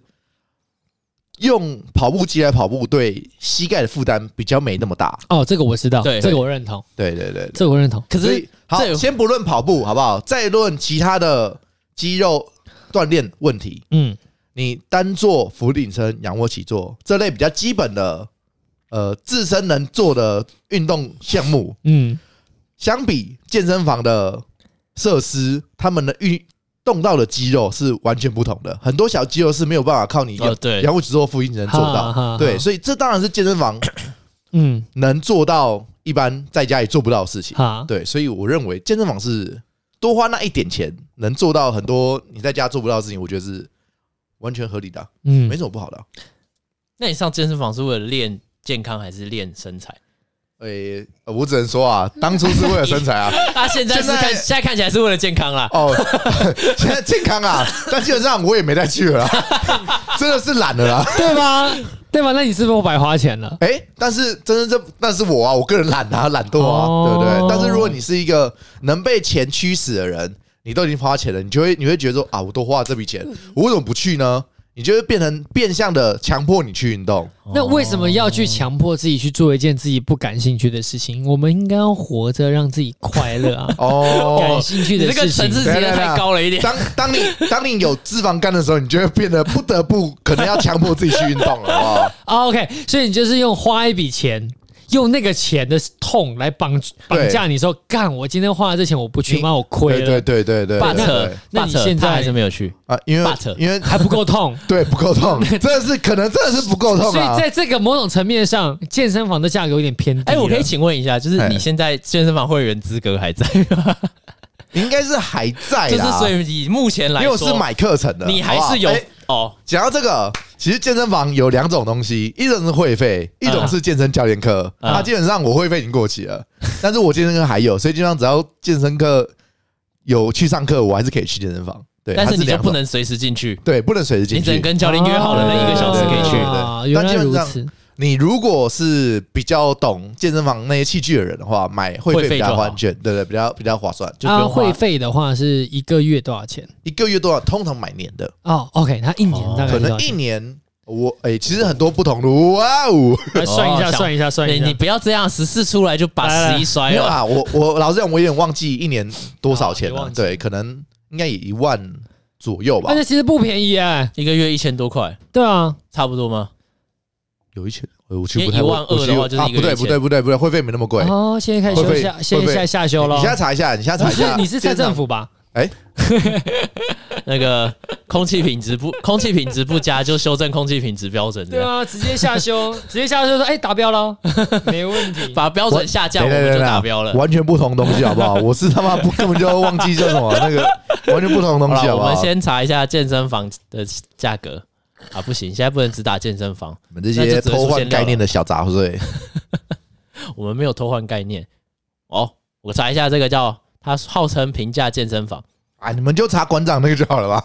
S1: 用跑步机来跑步，对膝盖的负担比较没那么大。
S3: 哦，这个我知道，
S2: 对
S3: 这个我认同，
S1: 对对对对
S3: 这个我认同。可
S1: 所
S3: 是
S1: 以好
S2: 这，
S1: 先不论跑步好不好，再论其他的肌肉锻炼问题。
S3: 嗯，
S1: 你单做俯卧撑、仰卧起坐这类比较基本的，呃，自身能做的运动项目，
S3: 嗯
S1: 相比健身房的设施，他们的运动到的肌肉是完全不同的，很多小肌肉是没有办法靠你
S2: 哦对
S1: 仰卧起坐、腹肌能做
S3: 哈哈
S1: 到。
S3: 哈
S1: 对，所以这当然是健身房
S3: 嗯，
S1: 能做到一般在家也做不到的事情。
S3: 好，
S1: 对，所以我认为健身房是多花那一点钱能做到很多你在家做不到的事情，我觉得是完全合理的啊，
S3: 嗯
S1: 没，什么不好的啊。
S2: 那你上健身房是为了练健康还是练身材？
S1: 诶，呃我只能说啊，当初是为了身材啊，
S2: 他现在是看
S1: 现在
S2: 现在看起来是为了健康啦。
S1: 哦， 现在健康啊，但基本上我也没再去了啦， 真的是懒了啊啦。
S3: 对吧？对吧？那你是不是白花钱了？
S1: 哎、但是真的这，但是我啊，我个人懒啊，懒惰啊，
S3: 哦
S1: 对不对？但是如果你是一个能被钱驱使的人，你都已经花钱了，你就会你会觉得说啊，我都花了这笔钱，我为什么不去呢？你就会变成变相的强迫你去运动。！
S3: 那为什么要去强迫自己去做一件自己不感兴趣的事情？我们应该要活着让自己快乐啊感
S1: 哦，
S3: 兴趣
S2: 你
S3: 的
S2: 这个
S3: 事
S2: 层
S3: 情，
S2: 次直接太高了一点。
S1: 当当你当你有脂肪肝的时候，你就会变得不得不可能要强迫自己去运动了，好不好？
S3: 啊 OK，所以你就是用花一笔钱，用那个钱的痛来绑绑架你说，干我今天花了这钱我不去
S1: 你
S3: 妈我
S1: 对
S3: 亏了
S1: 对，对对对
S2: but
S1: 对对
S3: 那
S2: but
S3: 你现在
S2: 他还是没有去，
S1: 啊，因为
S2: but
S1: 因为
S3: 还不够痛。
S1: 对不够痛，真的是可能真的是不够 痛
S3: 所以
S1: 啊。
S3: 在这个某种层面上，健身房的价格有点偏低了。
S2: 哎，我可以请问一下，就是你
S1: 哎
S2: 现在健身房会员资格还在 吗？
S1: 你应该是还在
S2: 就是
S1: 啦，
S2: 所以以目前
S1: 因
S2: 来
S1: 为
S2: 说，
S1: 我是买课程的，
S2: 你还
S1: 好不好
S2: 是有
S1: 哎
S2: 哦，
S1: 讲到这个，其实健身房有两种东西，一种是会费，一种是健身教练课。
S2: 嗯
S1: 那基本上我会费已经过期了，但是我健身课还有，所以基本上只要健身课有去上课，我还是可以去健身房。对，
S2: 但是
S1: 它
S2: 你就
S1: 两
S2: 不
S1: 种
S2: 能随时进去，
S1: 对不能随时进
S2: 你只能
S1: 去。哦
S2: 跟教练约好了那一个小时可以去。
S3: 啊
S1: 对对对对
S3: 原
S1: 但
S3: 来
S1: 基本
S3: 如
S1: 上
S3: 此，
S1: 你如果是比较懂健身房那些器具的人的话，买会
S2: 会
S1: 费
S2: 费
S1: 比较
S2: 就好
S1: 安全，对对，比较比较划算。
S2: 就不用花
S3: 啊会费的话是一个月多少钱？
S1: 一个月多少？通常买年的，
S3: 哦，OK，他一年大概
S1: 可
S3: 是多
S1: 能
S3: 少
S1: 一
S3: 钱
S1: 年我哎、其实很多不同的。哇哦！
S3: 来哎算一
S2: 哦
S3: 下，
S2: 想
S3: 算一下，算
S2: 你
S3: 一
S2: 你
S3: 下。
S2: 不要这样，十四出来就把
S3: 来来
S2: 十一摔
S1: 没有啊啦，
S2: 了。
S1: 我我老实讲，我有点忘记一年多少钱
S2: 啊
S3: 哦你
S1: 了
S3: 忘。记
S1: 对，可能应该也一万左右吧
S3: 但，是其实不便宜哎，
S2: 一个月一千多块，
S3: 对啊，
S2: 差不多吗？
S1: 有一千，呃我其实不
S2: 因
S1: 太
S2: 为
S1: 会
S2: 12,200
S1: 我其实
S2: 的话就是
S1: 啊
S2: 一个
S1: 不对
S2: 月
S1: 不对不对不对，会费没那么贵。
S3: 哦，现在开始
S1: 会
S3: 休
S1: 费
S3: 下，现
S1: 会
S3: 在
S1: 费
S3: 下下
S1: 你
S3: 休了
S1: 你。现在查一下，你现在查
S3: 不
S1: 一
S3: 是
S1: 下，
S3: 你是蔡
S1: 健身
S3: 政府吧？
S2: 那个 空气品质不空气品质不佳，就修正空气品质标准，这
S3: 对
S2: 样
S3: 啊，直接下休， 直接下休说，哎，达标了， 没问题。
S2: 把标准下降，
S1: 等一
S2: 我
S1: 下
S2: 们就
S1: 等一下
S2: 达标了。
S1: 完全不同东西好不好？ 我是他妈不根本就忘记叫什么那个，完全不同东
S2: 好
S1: 西
S2: 了，
S1: 好不
S2: 我
S1: 好？
S2: 们先查一下健身房的价格啊，不行，现在不能只打健身房，
S1: 你们这
S2: 那就
S1: 些
S2: 只能
S1: 偷
S2: 出
S1: 换
S2: 现料
S1: 概念
S2: 了
S1: 的小杂碎，
S2: 我们没有偷换概念。哦，我查一下这个叫它号称平价健身房，
S1: 啊，你们就查馆长那个就好了吧？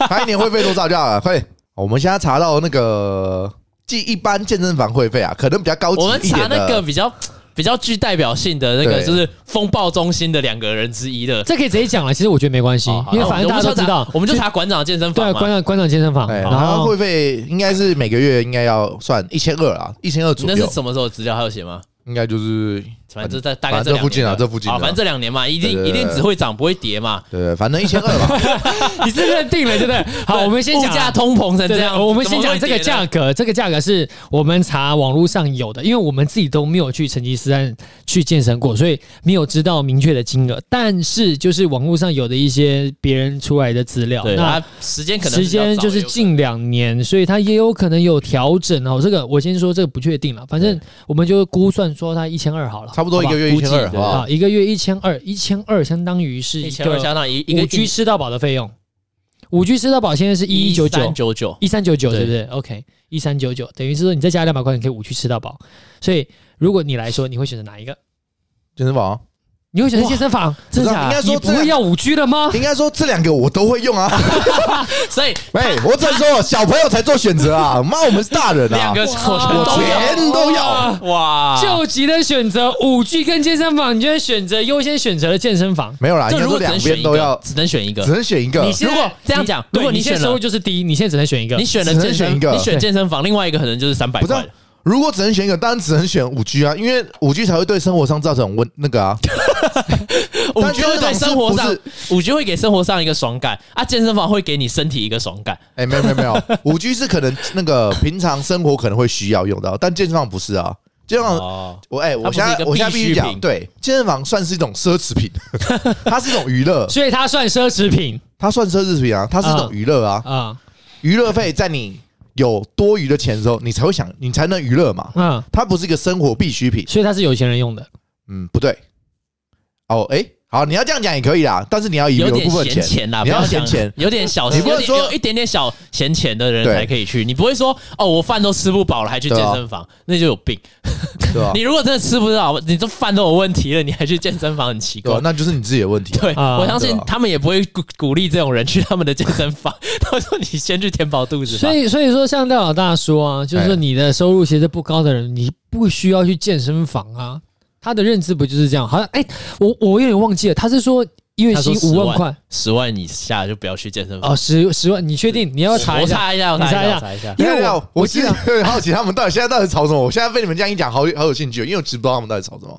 S1: 他一年会费多少就好了？快点！我们现在查到那个，即一般健身房会费啊，可能比较高级
S2: 我们
S1: 一
S2: 查
S1: 点的。
S2: 那个比较比较具代表性的那个，
S1: 对
S2: 就是风暴中心的两个人之一的。
S3: 这可以直接讲了，其实我觉得没关系
S2: 哦好，
S3: 因为
S2: 那
S3: 反
S2: 我
S3: 正大
S2: 们
S3: 家都
S2: 就
S3: 知
S2: 查
S3: 道，
S2: 我们就查馆长的健身
S3: 对
S2: 房
S3: 啊
S2: 嘛。
S3: 馆长馆长健身房，
S1: 哎，
S3: 然
S1: 然
S2: 哦
S1: 后
S3: 后
S1: 会费应该是每个月应该要算一千二啊，一千二左
S2: 那
S1: 右
S2: 是，什么时候资料还有写吗？
S1: 应该就是
S2: 反正在大概
S1: 反
S2: 这
S1: 正这
S2: 两
S1: 附近啊，
S2: 年的
S1: 这附近
S2: 啊，
S1: 啊，
S2: 反正这两年嘛，一定
S1: 对对
S2: 一
S1: 对
S2: 定只会涨不会跌嘛。
S1: 对，反正一千二 吧。
S3: 你是认定了，对不对？好，
S2: 对
S3: 我们先
S2: 物
S3: 讲啊
S2: 价通膨成
S3: 对
S2: 这
S3: 对，
S2: 样，
S3: 我们
S2: 怎么
S3: 先讲
S2: 会
S3: 这
S2: 跌
S3: 个
S2: 呢
S3: 价格，这个价格是我们查网络上有的，因为我们自己都没有去成吉思汗去健身过，所以没有知道明确的金额。但是就是网络上有的一些别人出来的资料，
S2: 对，
S3: 那
S2: 它时间可能
S3: 时
S2: 比较
S3: 间
S2: 早
S3: 就是
S2: 有可能
S3: 近两年，所以它也有可能有调整哦。这个我先说这个不确定了，反正我们就估算说它一千二好了，
S1: 差不多一个月
S2: 好吧估计
S1: 1200好
S2: 对
S1: 不
S3: 好不好
S1: 好？
S3: 啊，一个月一千二，一千二相当于是
S2: 一
S3: 一
S2: 千二
S3: 个
S2: 相当于一个
S3: 五 G 吃到饱的费用。五 G 吃到饱现在是一一九九，
S2: 九九，
S3: 一三九九
S2: 对
S3: 对不对？OK，一三九九等于是说你再加两百块，你可以五去吃到饱。所以如果你来说，你会选择哪一个？
S1: 健身房啊
S3: 你会选择健身房？
S1: 知道
S3: 真假
S1: 应该说这
S3: 你不
S1: 个
S3: 会要五 G 了吗？
S1: 应该说这两个我都会用 啊。
S2: 所以
S1: 喂，我只能说小朋友才做选择啊，妈，我们是大人啊
S2: 两。个口全
S1: 我
S2: 都啊有
S1: 全都要
S3: 哇
S2: 哇！
S3: 救急的选择五 G 跟健身房，你就会选择优先选择了健身房。
S1: 没有啦，啊应
S2: 这
S1: 该
S2: 如
S1: 说
S2: 果只能
S1: 两
S2: 选
S1: 边
S2: 一
S1: 都要
S2: 个，，只能选一
S1: 只
S2: 个。
S1: 能选一个
S3: 你。现在
S2: 如果这样讲
S3: 对
S2: 如果你
S3: 哦你现在
S2: 选了
S3: 收入就是低，你现在只能选一个
S2: 你。选了
S1: 只能
S2: 健身，
S1: 选一个
S2: 你选
S3: 对
S2: 健身房，另外一个可能就是三百
S1: 不是啊
S2: 块。
S1: 如果只能选一个，当然只能选五 G 啊，因为五 G 才会对生活上造成问那个 啊。
S2: 五
S1: 但
S2: G 会在
S1: 健身房
S2: 生活
S1: 是
S2: 上，五 G 会给生活上一个爽感啊，健身房会给你身体一个爽感。
S1: 哎、没有没有没有，五 G 是可能那 个平常生活可能会需要用到，但健身房不是啊。健身房，
S2: 哦，
S1: 我哎、
S2: 它
S1: 我
S2: 不是
S1: 现
S2: 一
S1: 在
S2: 个
S1: 我现在必
S2: 必需
S1: 须讲，
S2: 品
S1: 对，健身房算是一种奢侈 品，它是一种娱乐，
S3: 所以它算奢侈品
S1: 它算奢侈品啊，它是一种娱乐 啊。
S3: 啊，
S1: 娱乐费在你有多余的钱的时候，你才会想，你才能娱乐嘛。
S3: 嗯，
S1: 它不是一个生活必需品，
S3: 所以它是有钱人用的。
S1: 嗯，不对。哦，哎、好，你要这样讲也可以啦，但是你要以
S2: 有
S1: 有一
S2: 点
S1: 部分
S2: 闲
S1: 钱，
S2: 钱啦，
S1: 你要
S2: 不讲
S1: 闲钱，
S2: 有点小，
S1: 你不能
S2: 有点
S1: 说
S2: 有一点点小闲钱的人
S1: 对
S2: 才可以去，你不会说哦，我饭都吃不饱了还去健
S1: 对啊哦
S2: 身房，那就有病。
S1: 对吧、
S2: 你如果真的吃不到，你这饭都有问题了，你还去健身房，很奇
S1: 对啊吧？。
S2: 怪
S1: 那就是你自己的问题。
S2: 对，
S3: 啊
S2: 我相信
S1: 对啊
S2: 他们也不会鼓鼓励这种人去他们的健身房。 他说：“你先去填饱肚子吧。”
S3: 所以，所以说，像廖老大说啊，就是说
S1: 哎
S3: 你的收入其实不高的人，你不需要去健身房啊。他的认知不就是这样？好像哎、我我有点忘记了，他是说月
S2: 他说
S3: 薪
S2: 10
S3: 五万
S2: 万
S3: 块
S2: 十万以下就不要去健身房。
S3: 哦，十十万，你确定？你要查
S2: 我
S3: 一下。
S2: 查一下，我查
S3: 你
S2: 一下，
S3: 查一
S2: 我查
S3: 下
S2: 一下。
S3: 因为
S1: 等一下
S3: 我
S1: 我
S3: 我
S1: 其
S3: 记
S1: 实
S3: 得
S1: 有 点好奇，他们到底现在到底吵什么？我现在被你们这样一讲，好好有兴趣哦，因为我知不知道他们到底吵什么。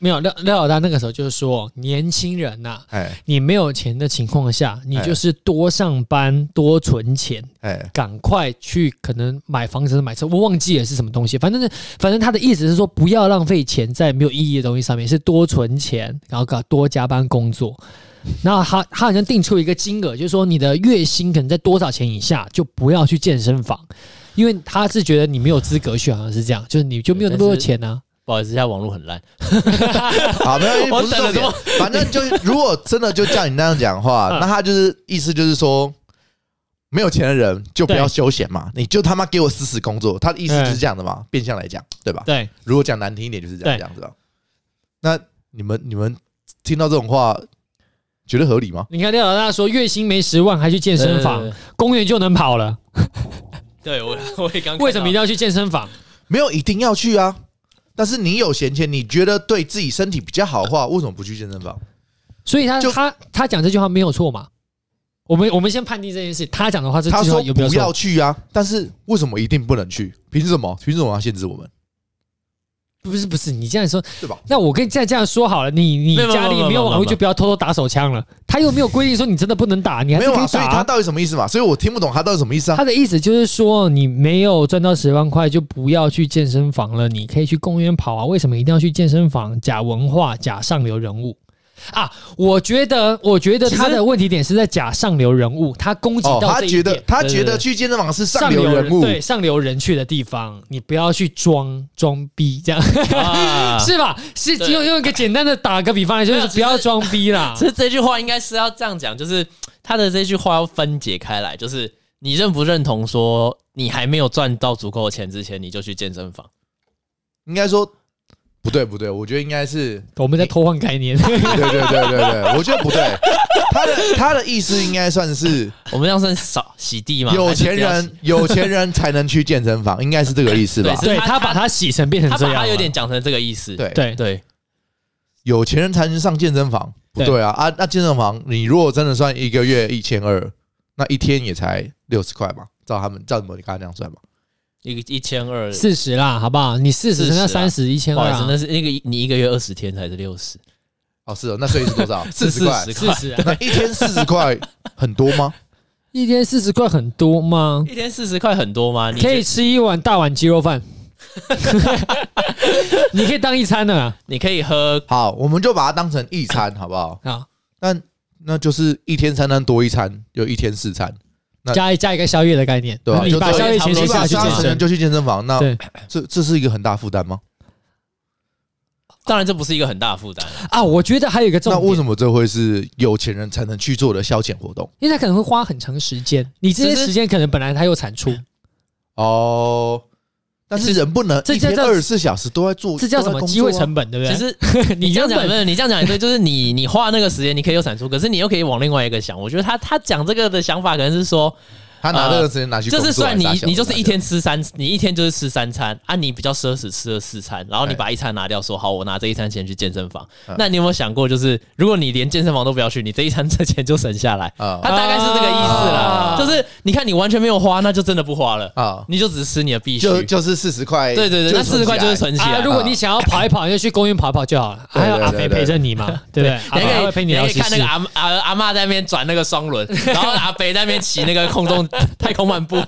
S3: 没有廖廖老大那个时候就是说，年轻人呐、啊
S1: 哎
S3: 你没有钱的情况下，你
S1: 哎
S3: 就是多上班，多存钱，
S1: 哎，
S3: 赶快去可能买房子、买车，我忘记了是什么东西。反正是，反正他的意思是说，不要浪费钱在没有意义的东西上面，是多存钱，然后搞多加班工作。然后他他好像定出一个金额，就是说你的月薪可能在多少钱以下，就不要去健身房，因为他是觉得你没有资格去，好像是这样，就是你就没有那么多
S2: 对但是
S3: 钱啊。
S2: 不好意思，现在网络很烂。
S1: 好，没 有，
S2: 我
S1: 不是
S2: 等了
S1: 重点。反正就是，如果真的就叫你那样讲话，
S3: 嗯
S1: 那他就是意思就是说，没有钱的人就不要
S3: 对
S1: 休闲嘛，你就他妈给我死死工作。他的意思就是这样的嘛，变相来讲，对吧？
S3: 对，
S1: 如果讲难听一点，就是这样
S3: 对
S1: 讲，对吧？那你们你们听到这种话，觉得合理吗？
S3: 你看廖老大说月薪没十万还去健身房，
S2: 呃，
S3: 公园就能跑了，
S2: 对我 我也刚看到
S3: 为什么一定要去健身房？
S1: 没有一定要去啊，但是你有闲钱，你觉得对自己身体比较好的话，为什么不去健身房？
S3: 所以他
S1: 就
S3: 他他讲这句话没有错嘛？我们我们先判定这件事，他讲的话这
S1: 他
S3: 句话
S1: 说
S3: 有没有
S1: 不
S3: 错
S1: 要？去啊，但是为什么一定不能去？凭什么？凭什么要限制我们？
S3: 不是不是，你这样说，
S1: 对吧？
S3: 那我跟你再这样说好了，你你
S2: 没有
S3: 家
S2: 没
S3: 里
S2: 有
S3: 没
S2: 没
S3: 有
S2: 有
S3: 网
S2: 没
S3: 络
S2: 有
S3: 就不要偷偷打手枪了。他又没有规定说你真的不能打，你还
S1: 没
S3: 是
S1: 有
S3: 可
S1: 啊，所
S3: 打
S1: 以他
S3: 啊。
S1: 到底什么意思嘛？所以我听不懂他到底什么意思啊
S3: 他？的意思就是说，你没有赚到十万块就不要去健身房了，你可以去公园跑啊。为什么一定要去健身房？假文化，假上流人物啊！我觉得，我觉得
S2: 其实
S3: 他的问题点是在假上流人物，他攻击
S1: 哦，
S3: 到
S1: 他
S3: 这一点。
S1: 觉得他
S2: 对
S1: 觉得
S2: 对
S1: 去健身房是上
S3: 上
S1: 流人物，
S3: 对上流人去的地方，你不要去装装逼，这样、
S2: 啊
S3: 是吧？是
S2: 对
S3: 用用一个简单的打个比方来说，就是不要装逼啦
S2: 其。实这句话应该 是要这样讲，就是他的这句话要分解开来，就是你认不认同说你还没有赚到足够的钱之前，你就去健身 房？
S1: 应该说不对不对，我觉得应该是
S3: 我们在偷换概念，
S1: 对对对对对，我觉得不对。 他的他的意思应该算是
S2: 我们这样算扫洗地吗？
S1: 有钱
S2: 还是
S1: 人有钱人才能去健身房，应该是这个意思吧
S2: 对？是
S3: 对
S2: 他
S3: 他把它洗成变
S2: 不要洗
S3: 成
S2: 他
S3: 这
S2: 把
S3: 样
S2: 他
S3: 了，
S2: 有点讲成这个意思。
S1: 对
S3: 啊对
S2: 对，
S1: 有钱人才能上健身房，不
S3: 对
S1: 对啊啊！那健身房你如果真的算一个月一千二，那一天也才六十块嘛，照他们照你们刚刚那样算嘛。
S2: 一个一千二，
S3: 四十啦，好不好？你四十
S2: 40
S3: 乘上
S2: 啊
S3: 三十，一千
S2: 不好
S3: 二
S2: 意思，
S3: 啊
S2: 那，是那个你一个月二十天才是六十，
S1: 哦，是哦，那所以是多少？四
S2: 是
S1: 十块
S2: 40。
S3: 四十啊
S1: 那一天四十块很多吗？
S3: 一天四十块很多吗？
S2: 一天四十块很多吗？你
S3: 可
S2: 觉
S3: 以
S2: 得，
S3: 吃一碗大碗鸡肉饭， 你可以当一餐的啊
S2: 你可以喝
S1: 好，我们就把它当成一餐，好不好？
S3: 啊，
S1: 但那就是一天三餐多一餐，有一天四餐，那
S3: 加一加一个宵夜的概念，
S1: 对吧、
S2: 啊
S3: 你
S1: 就
S3: 把
S1: 这
S3: 宵夜
S1: 你
S2: 全
S3: 钱先
S2: 部
S3: 下
S1: 把
S3: 去
S1: 消
S3: 健
S1: 耗钱
S3: 身，
S1: 就去健身房，那
S3: 对
S1: 这这是一个很大负担吗？
S2: 当然这不是一个很大的负担，
S3: 啊，我觉得还有一个重
S1: 那
S3: 点，
S1: 为什么这会是有钱人才能去做的消遣活动？
S3: 因为他可能会花很长时间，你这些
S2: 其实
S3: 时间可能本来他有产出，
S1: 哦，但是人不能
S3: 这
S1: 一
S3: 这
S1: 天
S3: 叫
S1: 二十四小时都在做，
S3: 这叫什么
S1: 都在工作啊
S3: 机会成本，对不对？
S2: 其实 这
S3: 你原
S2: 样讲
S3: 本
S2: 不是你这样讲也对，就是你你花那个时间，你可以有产出，可是你又可以往另外一个想。我觉得他他讲这个的想法可能是说，
S1: 他拿啊这个时间拿去工
S2: 就
S1: 作
S2: 是算
S1: 来
S2: 你
S1: 打小
S2: 你就是
S1: 打小
S2: 一天吃三，你一天就是吃三餐啊，你比较奢侈吃了四餐，然后你
S1: 哎
S2: 把一餐拿掉，说好我拿这一餐钱去健身房
S1: 嗯。
S2: 那你有没有想过，就是如果你连健身房都不要去，你这一餐这钱就省下来？
S1: 啊
S2: 他大概是这个意思啦
S1: 啊，
S2: 就是你看你完全没有花，那就真的不花了，
S1: 啊，
S2: 你就只吃你的必须。
S1: 就就是四十块，
S2: 对对对，
S1: 就
S2: 那四十块就是存起
S3: 啊，
S2: 来。
S3: 如果你想要跑一跑，你就去公园跑一跑就好了，
S1: 对
S3: 还有
S1: 对
S3: 阿
S1: 对
S3: 肥
S1: 对
S3: 陪着你嘛，对不对？
S2: 你还
S3: 阿肥还
S2: 可
S3: 会
S2: 以
S3: 陪你
S2: 还
S3: 聊
S2: 可以
S3: 时
S2: 看那
S3: 事
S2: 个。阿阿阿妈在那边转那个双 轮，然后阿北在那边骑那个空中太空漫步，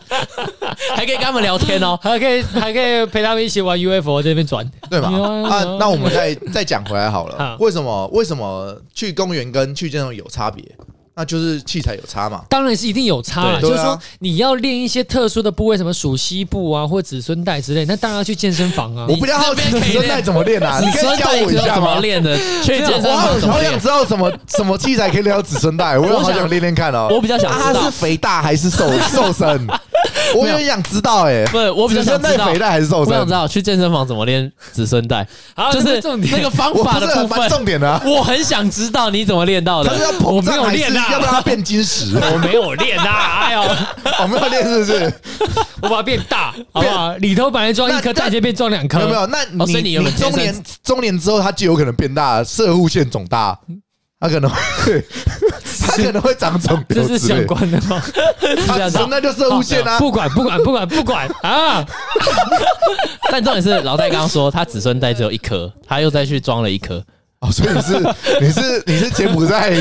S2: 还可以跟他们聊天哦。
S3: 还可以还可以陪他们一起玩 UFO 这边转，
S1: 对吧？
S3: 有啊有啊
S1: 啊，那我们再再讲回来 好了
S3: 好，
S1: 为什么为什么去公园跟去健身房有差别？那就是器材有差嘛。
S3: 当然是一定有差啦。
S2: 对
S3: 就是
S1: 对啊
S3: 说你要练一些特殊的部位，什么属膝部啊或子孙带之类，那当然要去健身房啊
S1: 我。比较好奇
S2: 那边可以
S1: 子孙带怎么练啊？你可以教我一下
S2: 怎么
S1: 吗？
S2: 练的？去健身
S1: 我好
S2: 房怎么
S1: 好想
S2: 练？
S1: 知道什么什么器材可以练到子孙带，我也好想练练看哦。
S2: 我比较想
S1: 啊
S2: 知
S1: 他是
S2: 道，
S1: 肥大还是 瘦瘦身？我有点想知道哎，
S2: 不是我比较
S1: 子
S2: 想
S1: 孙带
S2: 知道
S1: 肥，大还是瘦
S2: 我想
S1: 身
S2: 知？道去健身房怎么练子孙带，
S3: 好
S2: 就
S3: 这
S2: 是
S3: 是重
S2: 那
S3: 点
S2: 个方
S1: 我
S2: 法
S1: 不
S2: 的
S1: 是
S2: 部
S1: 蛮
S2: 分。
S1: 重点的啊，
S2: 我很想知道你怎么练到
S1: 他是
S2: 的。
S1: 要膨胀
S3: 我
S1: 还
S3: 没有
S1: 是
S3: 练啊
S1: 要不然他变金 石？
S3: 我没有练啊，哎呦，
S1: 我没有练是不是？
S3: 我把它变大，好不好？啊里头本来装一颗，
S1: 那
S3: 大结变装两颗，
S1: 没有没有，那
S2: 哦所以
S1: 你
S2: 你原本健
S1: 中
S2: 身
S1: 年中年之后，它就有可能变大，射户线肿大，它可能会，它可能会长肿瘤之类的，
S3: 这是相关的吗？
S1: 它
S3: 这样子啊
S1: 那就射物线啊，
S3: 不管不管不管不管 啊！
S2: 但重点是老戴刚刚说他子孙袋只有一颗，他又再去装了一颗，
S1: 哦，所以你是你是你是柬埔寨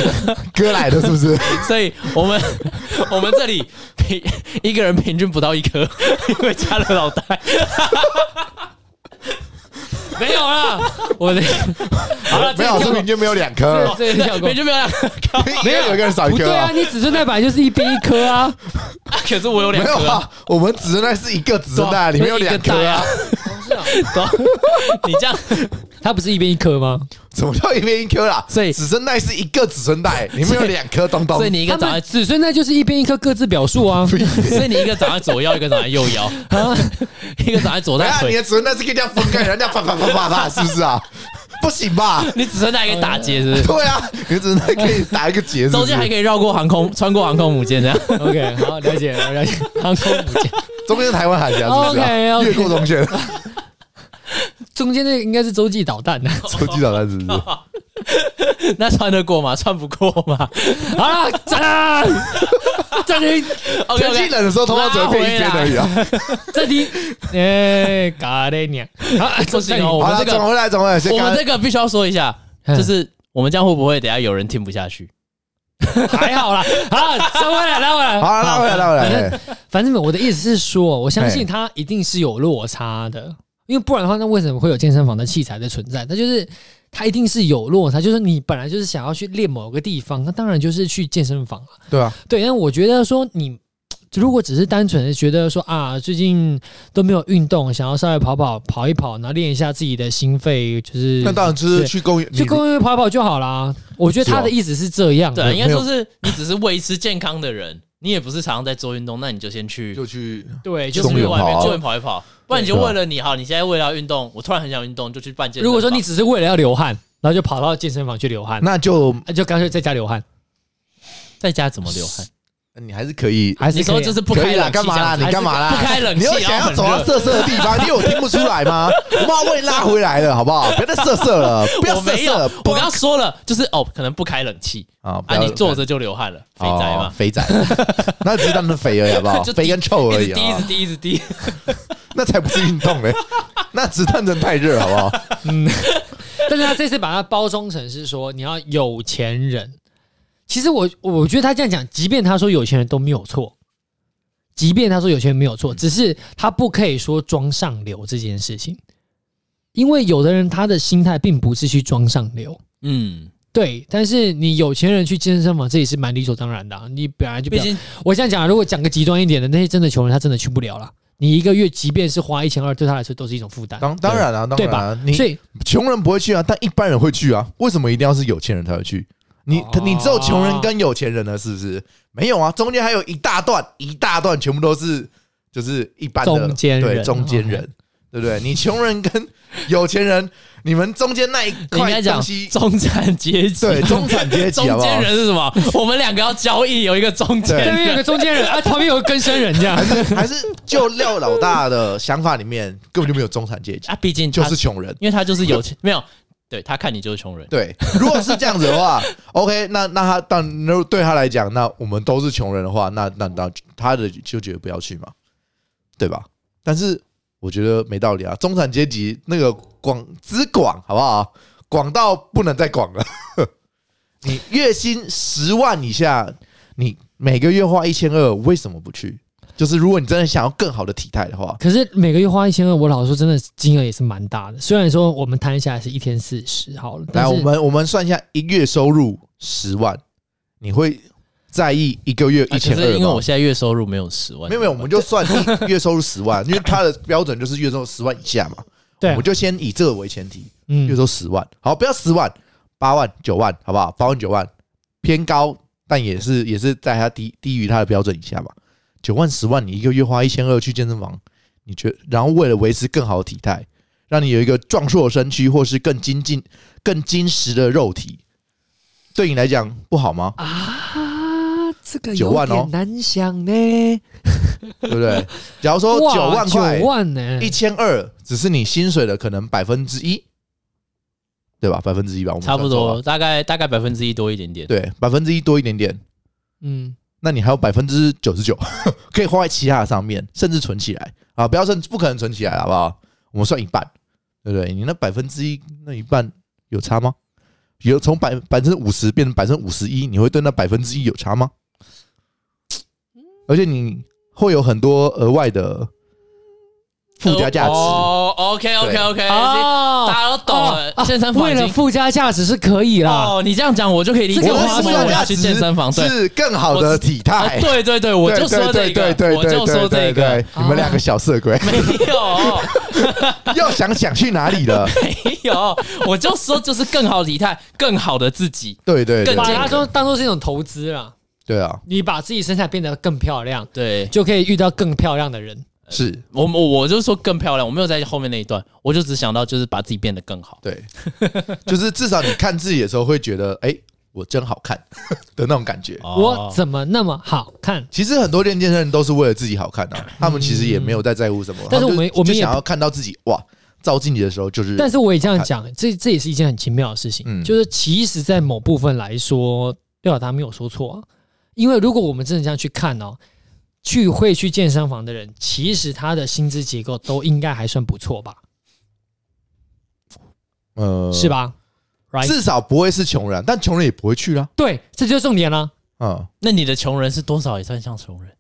S1: 哥来的，是不是？
S2: 所以我们 我们这里平一个人平均不到一颗，因为加了老 戴。
S3: 没有啦， 我的好了，
S1: 没有，
S3: 这
S1: 说
S3: 个
S1: 明就没有两颗，
S3: 这个跳过
S2: 平。均没有两颗，
S1: 因为有一个人少一
S3: 不
S1: 颗
S3: 对
S1: 啊
S3: 啊，。你子孙蛋白就是一边一颗啊，
S2: 可是我有
S1: 没
S2: 两
S1: 有
S2: 颗、
S1: 啊，我们子孙袋是一个子孙袋，里面有两颗啊。
S2: 对啊你这样
S3: 它不是一边一颗吗？
S1: 什么叫一边一颗啦？
S2: 所以
S1: 子孙袋是一个子孙袋，里面有两颗东东
S2: 所以。你一个
S3: 他
S2: 长
S3: 们
S2: 在，
S3: 子孙蛋就是一边一颗，各自表述啊。
S2: 所以你一个长在左 腰，一个长在右腰，一个长在左
S1: 等一
S2: 在
S1: 下，啊你
S2: 腿，
S1: 的子孙袋是可以这样分开，人家啪啪啪啪 啪，是不是啊？不行吧？
S2: 你只剩下一个打结，是不是？
S1: 对啊，你的子孙袋可以打一个结，是
S2: 中
S1: 不是
S2: 间还可以绕过航空，穿过航空母舰这样。
S3: OK，好，了解了 了解。航空母舰
S1: 中间是台湾海峡，是不是啊？
S3: OK，OK
S1: 越过中 线，
S3: 中间那个应该是洲际导弹啊 的。
S1: 抽机导弹是不 是？
S2: 那穿得过吗？穿不过吗
S3: 好了，暂暂停，
S2: ？OK
S1: 天气
S2: OK，
S1: 冷的时候，通常只会变一边而已啊。
S3: 暂 停。哎，嘎嘞娘！啊，
S2: 不行哦，我
S1: 好
S2: 们
S1: 了，
S2: 这
S1: 转
S2: 个
S1: 回来，转回来，先
S2: 我
S1: 看
S2: 们这个必须要说 一下，
S3: 嗯
S2: 就是我们这样会不会等下有人听不下去？
S3: 还好啦。好，收回来，拉回来。
S1: 好，拉回来，拉回来。哎
S3: 反正我的意思是说，我相信它一定是有落差的，因为不然的话，那为什么会有健身房的器材的存在？那就是它一定是有落差，就是你本来就是想要去练某个地方，那当然就是去健身房啊。
S1: 对啊，
S3: 对，但我觉得说你如果只是单纯的觉得说啊，最近都没有运动，想要稍微跑跑跑一跑，然后练一下自己的心肺，就是
S1: 那当然就是去公园，
S3: 去公园跑跑就好啦。我觉得他的意思是这样，
S2: 对，应该
S1: 嗯没有
S2: 说是你只是维持健康的人，你也不是常常在做运动，那你就先去
S1: 你就去
S3: 对，就
S2: 就
S1: 公
S2: 是去
S1: 园
S3: 是
S1: 跑
S2: 外
S1: 啊
S2: 面公园跑一跑，不然你就为了你好，你现在为了要运动，我突然很想运动，就去办健身房。
S3: 如果说你只是为了要流汗，然后就跑到健身房去流汗，
S1: 那就
S3: 那就干脆在家流汗，
S2: 在家怎么流汗？
S1: 你还是可以，
S3: 还
S2: 你
S3: 是可
S2: 说
S3: 以啊
S2: 就是不
S1: 可
S2: 开
S1: 以啦，
S2: 冷气
S1: 干嘛啦？
S2: 这
S1: 你
S2: 样子
S1: 干嘛啦？
S2: 不开冷
S1: 你
S2: 气，
S1: 又
S2: 然
S1: 想
S2: 后
S1: 要
S2: 很
S1: 走到
S2: 热。
S1: 色色的地方，因为我听不出来 吗？我妈把你拉回来了，好不好？不要再色色了，不要
S2: 我
S1: 色
S2: 没有
S1: 色，，
S2: 我刚刚说了，就是哦，可能不开冷气
S1: 啊！不
S2: 啊，
S1: 要
S2: 你坐着就流汗了，肥宅
S1: 哦
S2: 嘛，
S1: 肥宅， 那只是当成肥而已，好不好
S2: 就？
S1: 肥跟臭而
S2: 一
S1: 已
S2: 直滴，一
S1: 啊
S2: 直，滴，一直滴。
S1: 那才不是运动嘞， 那只是单纯太热，好不好？
S3: 但是他这次把它包装成是说你要有钱人。其实我我觉得他这样讲，即便他说有钱人都没有错，即便他说有钱人没有错，只是他不可以说装上流这件事情，因为有的人他的心态并不是去装上流。
S2: 嗯，
S3: 对，但是你有钱人去健身房，这也是蛮理所当然的啊、你本来就不
S2: 毕
S3: 要
S2: 竟
S3: 我这样讲啊，如果讲个极端一点的，那些真的穷人他真的去不了了。你一个月即便是花一千二，对他来说都是一种负担。
S1: 当当然了，当
S3: 对
S1: 然
S3: 吧
S1: 啊，？你
S3: 所以
S1: 穷人不会去啊，但一般人会去啊。为什么一定要是有钱人才会去？你
S3: 哦
S1: 你只有穷人跟有钱人了，是不是？没有啊，中间还有一大段一大段，全部都是就是一般的
S3: 中间人
S1: 对中间人，对不对？你穷人跟有钱人，你们中间那一
S2: 应该
S1: 块
S2: 讲
S1: 东西，
S2: 中产阶级，
S1: 对中产阶级，好
S2: 中
S1: 不好
S2: 间？人是什么？我们两个要交易，有一个中间
S3: 这
S1: 对
S3: 边有
S2: 人，
S3: 个中间人啊，旁边有个更生人，这 样
S1: 还是还是就廖老大的想法里面，根本就没有中产阶级，
S2: 啊，毕竟
S1: 就
S2: 他
S1: 是穷人。
S2: 因为他就是有钱，没有，对他看你就是穷人，
S1: 对，如果是这样子的话 ，OK，那那他当那对他来讲，那我们都是穷人的话，那那那他的就觉得不要去嘛，对吧？但是我觉得没道理啊，中产阶级那个广之广，好不好？广到不能再广了。 你月薪十万以下，你每个月花一千二，为什么不去？就是如果你真的想要更好的体态的话，
S3: 可是每个月花一千二，我老实说，真的金额也是蛮大的。虽然说我们摊下来是一天四十好了，但
S1: 来，
S3: 是
S1: 我们我们算一下，一月收入十万，你会在意一个月
S2: 啊
S1: 一
S2: 可
S1: 千
S2: 是
S1: 二
S2: 因为
S1: 吗
S2: 我？现在月收入没有十万，
S1: 没有没有，我们就算一月收入十万，因 为他的标准就是月收入十万以下嘛。
S3: 对
S1: 我们就先以这个为前提，月
S3: 嗯，
S1: 收十万，好，不要十万，八万、九万，好不好？八万、九万偏高，但也是也是在他低低于他的标准以下嘛。九万、十万，你一个月花一千二去健身房，你觉得然后为了维持更好的体态，让你有一个壮硕的身躯，或是更精进、更精实的肉体，对你来讲不好吗？
S3: 啊，这个
S1: 九
S3: 有
S1: 万哦
S3: 点难想呢。
S1: 对不对？假如说
S3: 哇
S1: 九万块
S3: 九，万呢
S1: 一？千二只是你薪水的可能百分之一，对吧？百分之一吧，我们
S2: 差不
S1: 算错
S2: 多，
S1: 吧。
S2: 大概大概百分之一多一点点。
S1: 对，百分之一多一点点，
S3: 嗯，
S1: 那你还有百分之九十九可以花在其他的上面，甚至存起来啊！不要算，不可能存起来，好不好？我们算一半，对不对？你那百分之一那一半有差吗？有从百百分之五十变成百分之五十一，你会对那百分之一有差吗？而且你会有很多额外的附加价值，
S2: 哦，OK OK OK，
S3: 哦
S2: 大家都懂了
S3: 哦哦
S2: 健身房
S3: 为
S2: 已
S3: 了
S2: 经
S3: 附加价值是可以啦。
S2: 哦，你这样讲我就可以理解
S3: 这个
S2: 为
S3: 我
S2: 什
S3: 是
S2: 么我要去健身房。对，
S1: 是更好的体
S2: 哦
S1: 态。
S2: 对对对，我就说
S1: 对
S2: 这
S1: 对对
S2: 个，
S1: 对
S2: 我就
S1: 对
S2: 说
S1: 对
S2: 这
S1: 对
S2: 个
S1: 对，你们两个小色鬼，
S2: 没有。
S1: 又想想去哪里了？
S2: 没有，我就说就是更好的体态，更好的自己。
S1: 对对对
S2: 更
S3: 把
S2: 健
S3: 它
S2: 康
S3: 当当做是一种投资啦，
S1: 对啊，
S3: 你把自己身材变得更漂亮，
S2: 对
S3: 就可以遇到更漂亮的人。
S1: 是
S2: 我，我我就说更漂亮，我没有在后面那一段，我就只想到就是把自己变得更好。
S1: 对， 就是至少你看自己的时候会觉得，哎、我真好看 的那种感觉。
S2: 哦
S3: 我怎么那么好看？
S1: 其实很多练健身人都是为了自己好看 的、他们其实也没有在在乎什么，
S3: 但是
S1: 他
S3: 我们
S1: 就
S3: 我们
S1: 就
S3: 也
S1: 想要看到自己哇，照镜子的时候就是，
S3: 但是我也这样讲，这这也是一件很奇妙的事情。
S1: 嗯
S3: 就是其实，在某部分来说，廖老大没有说错啊。因为如果我们真的这样去看哦，去会去健身房的人，其实他的薪资结构都应该还算不错吧？
S1: 呃
S3: 是？吧？Right？
S1: 至少不会是穷人，但穷人也不会去啦。啊
S3: 对，这就是重点啦、
S1: 嗯，
S2: 那你的穷人是多少也算像穷人？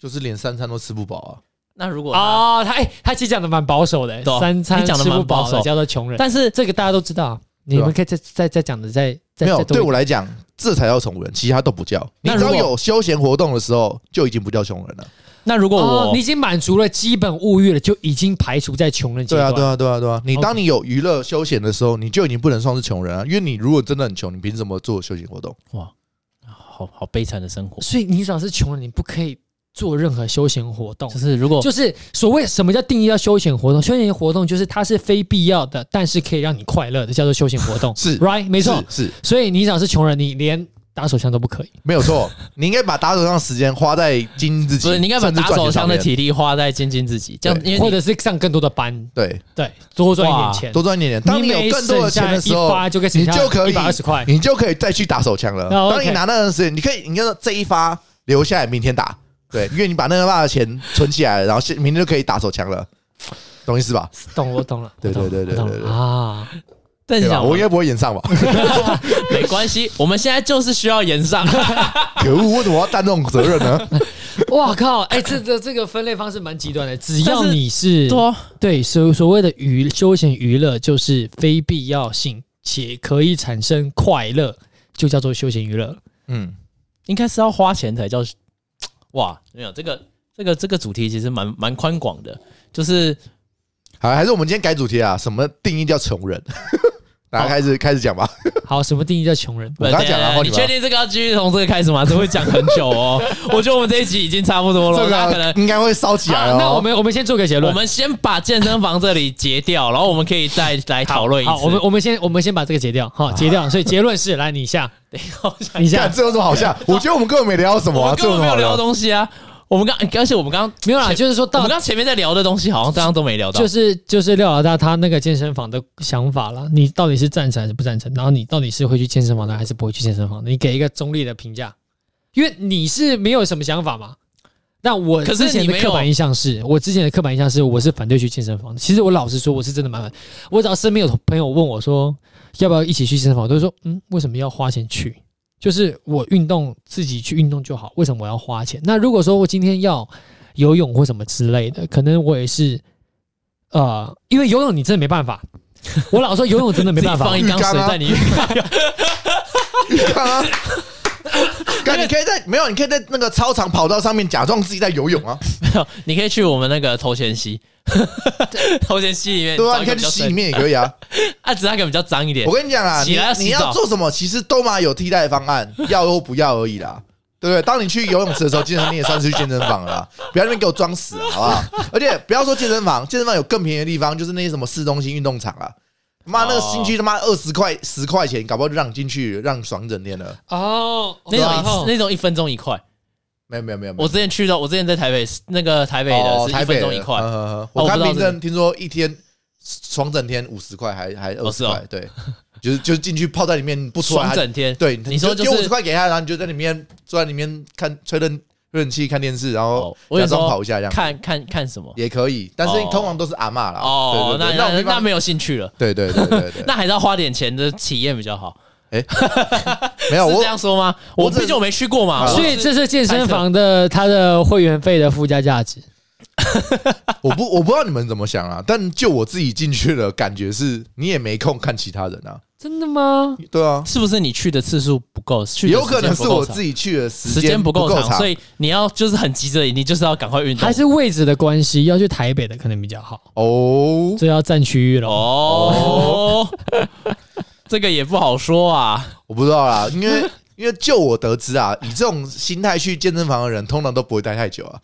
S1: 就是连三餐都吃不饱啊。
S2: 那如果啊，
S3: 哦，他哎、他其实讲的蛮保守的、
S2: 对啊
S3: 三餐
S2: 你讲得
S3: 吃不
S2: 蛮保
S3: 饱的
S2: 守
S3: 叫做穷人。
S2: 但是
S3: 这个大家都知道啊，你
S1: 对
S3: 们
S1: 啊
S3: 可以再再再讲的再再
S1: 没有，
S3: 再多一
S1: 对我来讲，这才叫穷人，其他都不叫。你
S2: 那
S1: 只要
S2: 如果
S1: 有休闲活动的时候，就已经不叫穷人了。
S2: 那如果
S3: 哦，
S2: 我
S3: 你已经满足了基本物欲了，就已经排除在穷人阶
S1: 对啊，
S3: 段。
S1: 对啊，对啊，对啊！你
S3: OK
S1: 当你有娱乐休闲的时候，你就已经不能算是穷人啊，因为你如果真的很穷，你凭什么做休闲活动？。
S2: 好好悲惨的生活，
S3: 所以你只要是穷人，你不可以做任何休闲活动
S2: 就。是如果
S3: 就是所谓什么叫定义叫休闲活动？休闲活动就是它是非必要的，但是可以让你快乐的，叫做休闲活动
S1: 是
S3: ，right，没错。
S1: 是是
S3: 所以你只要是穷人，你连打手枪都不可以。
S1: 没有 错。你应该把打手枪时间花在经营自己，
S2: 不是你应该把
S1: 甚至
S2: 打
S1: 赚钱
S2: 手枪
S1: 上
S2: 的
S1: 面
S2: 体力花在精进自己，这样
S1: 对
S2: 因为
S3: 或
S2: 你
S3: 者是上更多的班，
S1: 对，
S3: 对，多赚一点钱。
S1: 多赚一点点。当你有更多的钱的时
S3: 你每省下一
S1: 候
S3: 发就可以，省
S1: 你
S3: 下
S1: 就可以
S3: 一百二十块。
S1: 你就可以再去打手 枪了。
S3: 那
S1: 当
S3: OK
S1: 你拿那段时间，你可以，你看这一发留下来，明天打。对，因为你把那个爸的钱存起来了，然后现明天就可以打手枪了，懂意思吧？
S3: 懂我懂了，
S1: 对对
S3: 我懂了
S1: 对对
S3: 我懂
S1: 对对
S3: 了
S1: 对
S3: 啊！
S1: 对
S2: 但你
S1: 吧？
S2: 想
S1: 我应该不会演上吧？
S2: 没关系，我们现在就是需要延 上。
S1: 可恶，为什么要担这种责任呢？
S3: 哇靠！哎、这这这个分类方式蛮极端的。只要
S2: 但是
S3: 你是
S2: 对啊，
S3: 对所所谓的娱休闲娱乐，就是非必要性且可以产生快乐，就叫做休闲娱乐。
S1: 嗯。
S2: 应该是要花钱才叫。哇，没有这个这个这个主题其实蛮蛮宽广的，就是
S1: 好，还是我们今天改主题啊？什么定义叫穷人？ 大家开始开始讲吧。
S3: 好，什么定义叫穷人？
S1: 我刚讲了
S2: 呃
S1: 换你
S2: 你
S1: 吧
S2: 确定这个要继续从这个开始吗？这会讲很久哦。我觉得我们这一集已经差不多了，
S1: 这
S2: 大家可
S1: 个
S2: 能。
S1: 应该会烧起来
S3: 啊
S1: 哦。
S3: 那我们我们先做个结
S2: 我
S3: 论。
S2: 们先把健身房这里截掉，然后我们可以再来讨论一次。
S3: 好，我们我们先我们先把这个截掉，好，截
S1: 啊
S3: 掉。所以结论是，来你下，你下
S1: 看，这有什么好笑？我觉得我们根本没聊什么
S2: 我
S1: 啊，
S2: 们
S1: 这
S2: 根
S1: 有
S2: 本
S1: 什么
S2: 没有
S1: 好聊？
S2: 聊东西啊。我们刚，而且我们刚
S3: 没有啦，
S2: 前
S3: 就是说
S2: 我
S3: 到
S2: 们刚前面在聊的东西，好像刚刚都没聊到。
S3: 就是就是廖老大他那个健身房的想法啦，你到底是赞成还是不赞成？然后你到底是会去健身房的还是不会去健身房的？你给一个中立的评价，因为你是没有什么想法嘛。但我
S2: 可是
S3: 之前
S2: 你
S3: 的
S2: 没有
S3: 刻板印象是，我之前的刻板印象是，我是反对去健身房的。其实我老实说，我是真的蛮反。我只要身边有朋友问我说要不要一起去健身房，我都说嗯，为什么要花钱去？就是我运动自己去运动就好，为什么我要花钱？那如果说我今天要游泳或什么之类的，可能我也是，呃，因为游泳你真的 没办法。我老说游泳真的没办法
S2: 自己，放一缸
S1: 浴缸
S2: 水
S1: 啊
S2: 在你，
S1: 看啊，看你可以在没有，你可以在那个操场跑道上面假装自己在游泳啊，
S2: 你可以去我们那个头 前溪，头前溪里面
S1: 对啊，
S2: 哎
S1: 你
S2: 找一
S1: 可
S2: 个
S1: 以
S2: 比
S1: 去
S2: 较
S1: 溪
S2: 深
S1: 里面也可以啊。
S2: 啊，只是那个比较脏一点
S1: 我。跟你讲啊，
S2: 起
S1: 你
S2: 来要洗
S1: 你
S2: 澡
S1: 要做什么，其实都嘛有替代方 案，要或不要而已啦。对不对？当你去游泳池的时候，健身你也算是去健身房了啦，不要在那边给我装死啊，好不 好？而且不要说健身房，健身房有更便宜的地方，就是那些什么市中心运动场啊，妈那
S2: 哦
S1: 个进去他妈二十块十块钱，搞不好就让你进去，让你爽一整天了。
S3: 哦，
S2: 那
S3: 然
S2: 种
S3: 后
S2: 一那种一分钟一块，
S1: 没有没有没有，没有
S2: 我之前去到，我之前在台北那个台北
S1: 哦
S2: 的是
S1: 台
S2: 一
S1: 北
S2: 分
S1: 的
S2: 钟一块哦
S1: 嗯，嗯嗯我
S2: 我不知
S1: 看
S2: 道
S1: 民
S2: 这个
S1: 政听说一天爽整天五十块，还还二
S2: 哦是
S1: 十
S2: 哦
S1: 块，对，就是就是进去泡在里面不出来，
S2: 爽
S1: 还
S2: 整天，
S1: 对，
S2: 你说就
S1: 丢五十
S2: 是
S1: 块给他，然后你就在里面坐在里面看吹冷吹冷气、看电视，然后
S2: 哦我
S1: 假
S2: 有时候
S1: 装跑一下这样
S2: 看看看什么？
S1: 也可以，但是
S2: 哦
S1: 通常都是阿嬷啦。
S2: 哦，
S1: 对
S2: 那
S1: 对对那
S2: 那
S1: 种地
S2: 那
S1: 方
S2: 没有兴趣了，
S1: 对对对对对，
S2: 那还是要花点钱的体验比较好，
S1: 没有
S2: 是
S1: 我
S2: 这样说吗？
S1: 我
S2: 我
S1: 只
S2: 毕竟我没去过嘛，
S1: 啊
S2: 我
S3: 所以
S2: 是
S3: 这是健身房的它的会员费的附加价值。
S1: 我不我不知道你们怎么想啊，但就我自己进去了，感觉是你也没空看其他人啊，
S3: 真的吗？
S1: 对啊，
S2: 是不是你去的次数不够？去的
S1: 有可能
S2: 时间
S1: 是
S2: 不够
S1: 我
S2: 长
S1: 自己去的时
S2: 时间不
S1: 不
S2: 够
S1: 够
S2: 长，
S1: 长，
S2: 所以你要就是很急着，你就是要赶快运动。
S3: 还是位置的关系，要去台北的可能比较好，
S1: 哦，
S3: 这要占区域了。
S2: 哦， 这个也不好说啊。
S1: 我不知道啦，因为因为就我得知啊，以这种心态去健身房的人，通常都不会待太久啊，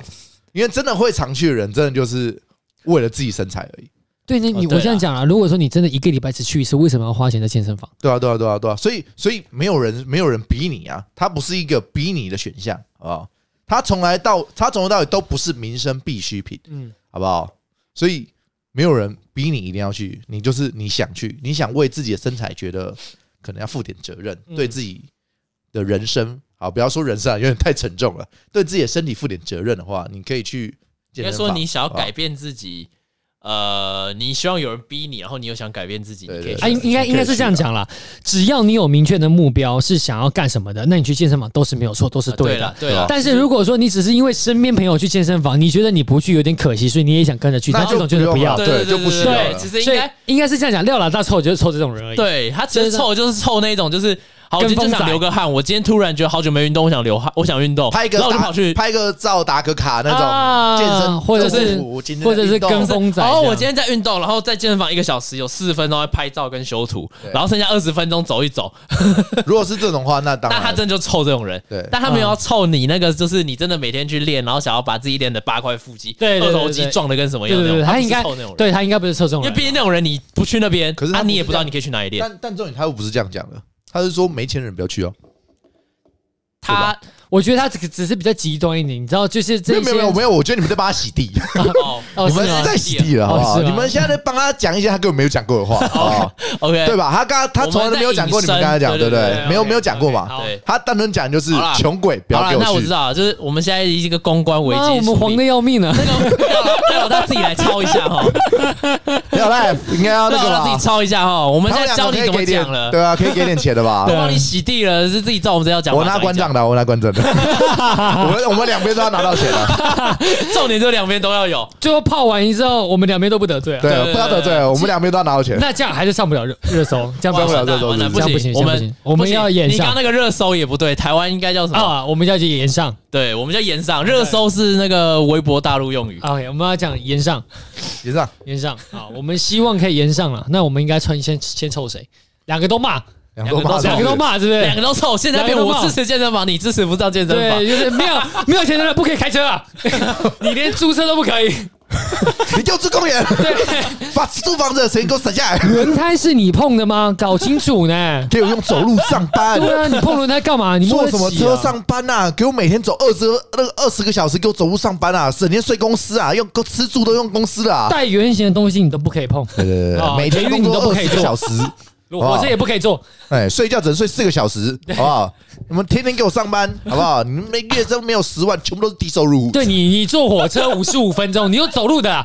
S1: 因为真的会常去的人，真的就是为了自己身材而已。
S3: 对，那你
S2: 哦对啊
S3: 我这样讲啊，如果说你真的一个礼拜只去一次，为什么要花钱在健身房？
S1: 对啊，对啊，对啊，对啊，所以所以没有人没有人逼你啊，它不是一个逼你的选项，好不好？它从来到它从头到尾都不是民生必需品，
S3: 嗯，
S1: 好不好？所以没有人逼你一定要去，你就是你想去，你想为自己的身材觉得可能要负点责任，
S3: 嗯
S1: 对自己的人生，好，不要说人生啊，有点太沉重了。对自己的身体负点责任的话，你可以去
S2: 应
S1: 健
S2: 该
S1: 身
S2: 说
S1: 房。
S2: 你想要改变自己，呃，你希望有人逼你，然后你又想改变自己，
S1: 对
S2: 你可以
S1: 对
S3: 啊，
S2: 去。
S3: 应应该应该是这样讲啦。只要你有明确的目标，是想要干什么的，那你去健身房都是没有错，都是哎对的
S2: 了。，啊对了。
S3: 但是如果说你只是因为身边朋友去健身房，你觉得你不去有点可惜，所以你也想跟着去，
S1: 那
S3: 那
S1: 就
S3: 这种就是
S1: 不
S3: 不
S1: 用
S3: 要
S1: 了。
S2: 对
S1: 对就不需
S2: 对
S1: 要
S2: 对，
S1: 了
S2: 其实应
S3: 所以
S2: 该
S3: 应该是这样讲，廖老大臭就是臭这种人而已。
S2: 对他其实
S3: 就是
S2: 臭就是臭那一种，就是好，我
S3: 跟
S2: 今天就
S3: 风
S2: 想
S3: 仔
S2: 流个汗，我今天突然觉得好久没运动，我想流汗，我想运动，
S1: 拍一个
S2: 然后我就
S1: 打
S2: 跑去
S1: 拍个照打个卡那种
S3: 啊
S1: 健身，
S3: 或者是
S1: 政府今天的
S3: 或者是
S1: 运动
S3: 跟风仔这样。
S2: 哦，我今天在运动，然后在健身房一个小时，有四十分钟在拍照跟修图
S1: 对，
S2: 然后剩下二十分钟走一走。
S1: 如果是这种话，那当
S2: 那
S1: 然
S2: 他真的就臭这种人，
S1: 对
S2: 但他没有要臭你那个，就是你真的每天去练，然后想要把自己练的八块腹肌、
S3: 对对
S2: 二
S3: 对
S2: 头肌
S3: 对
S2: 撞的跟什么
S3: 对
S2: 样
S3: 对
S2: 那
S3: 对，
S2: 种，
S3: 他
S2: 不
S3: 应
S2: 啊是
S3: 该
S2: 臭那种人。
S3: 对他应该不是臭这种
S2: 因为
S3: 人。
S2: 毕竟那种人你不去那边，
S1: 可是他
S2: 啊
S1: 不是
S2: 你也不
S1: 这
S2: 知道
S1: 样
S2: 你可以去哪里练。
S1: 但但重点他又不是这样讲的，他是说没钱人不要去哦。
S2: 他
S3: 我觉得他只只是比较极端一点，你知道，就是
S1: 没
S3: 这
S1: 有没有没有没
S3: 有，
S1: 有，我觉得你们在帮他洗地。
S2: 哦
S3: 哦
S1: 你们
S3: 是
S1: 是
S3: 吗
S1: 在洗地了，好不好？
S3: 哦是
S2: 啊
S1: 你
S3: 吗
S1: 们现在在帮他讲一些他根本没有讲过的话，
S2: 哦
S1: 好不好
S2: ，OK，
S1: 对吧？他刚他从来都没有讲过，你们刚才讲对
S2: 对
S1: 不
S2: 对
S1: 对？没有没有讲过嘛。
S3: 好
S2: 对。
S1: 他单纯讲就是
S2: 好啦
S1: 穷鬼，不
S2: 好
S1: 要
S2: 了
S1: 给，
S2: 那我知
S1: 去。
S2: 道了，就是我们现在一个公关危机
S3: 妈
S2: 处理，
S3: 哦我们黄的要命啊！
S2: 那个廖老廖老大自己来抄一下哈，
S1: 没有那应该要那
S2: 廖
S1: 个
S2: 老大自
S1: 吧
S2: 己？抄一下哈，我们
S1: 他
S2: 现
S1: 们
S2: 在
S1: 两
S2: 教
S1: 个可以
S2: 你怎么
S1: 给点
S2: 讲了，
S1: 对啊，可以给点钱的吧
S2: 我？帮你洗地了，是自己照我们这要讲法。
S1: 我拿馆长的，我拿馆长 的，我们我们两边都要拿到钱啊的，
S2: 讲，重点就两边都要有。
S3: 最后泡完之后，我们两边都不得罪啊。
S2: 对
S1: 对，
S2: 对
S1: 不要得罪了，我们两边都要拿到钱。
S3: 那这样还是上不了热热搜，这样不
S1: 上不了
S3: 要
S1: 热搜
S2: 完蛋
S1: 不
S2: 不行，
S3: 行这
S2: 我
S3: 样不行
S2: 们
S3: 我们要演
S2: 你
S3: 上
S2: 刚刚那个热搜也不对，台湾应该叫什么？
S3: 啊！我们要去延上
S2: 对，我们叫延上，热搜是那个微博大陆用语。
S3: ，OK，我们要讲延上，
S1: 结账，
S3: 延上啊！我们希望可以延上了，那我们应该穿先先臭谁？两个都骂，
S1: 两个都骂，
S2: 两
S3: 啊两个都骂，是不
S2: 两
S3: 是？
S2: 个都臭，现在变
S3: 两个都
S2: 我
S3: 骂
S2: 支持健身房，你支持不上健身房
S3: 对，。就是没有没有钱的人不可以开车 啊，你连租车都不可以。
S1: 你就住公园， 把租房子的钱给我省下来，
S3: 轮胎是你碰的吗？搞清楚呢。
S1: 给我用走路上班。
S3: 对啊，你碰轮胎干嘛？你
S1: 坐
S3: 摸得
S1: 什么
S3: 起
S1: 车
S3: 啊？
S1: 上班呐、啊？给我每天走二十那个二十个小时，给我走路上班啊！整天睡公司啊，用吃住都用公司的啊。
S3: 带圆形的东西你都不可以碰，
S1: 对对对
S3: 哦
S1: 对，每天
S3: 捷
S1: 工
S3: 运你都
S1: 作
S3: 不
S1: 二
S3: 可以
S1: 十个
S3: 坐
S1: 小时，
S3: 火车也不可以坐。
S1: 哎，睡觉只能睡四个小时，好不好？你们天天给我上班，好不好？你们每月都没有十万，全部都是低收入。
S3: 对你，你坐火车五十五分钟，你用走路的 啊、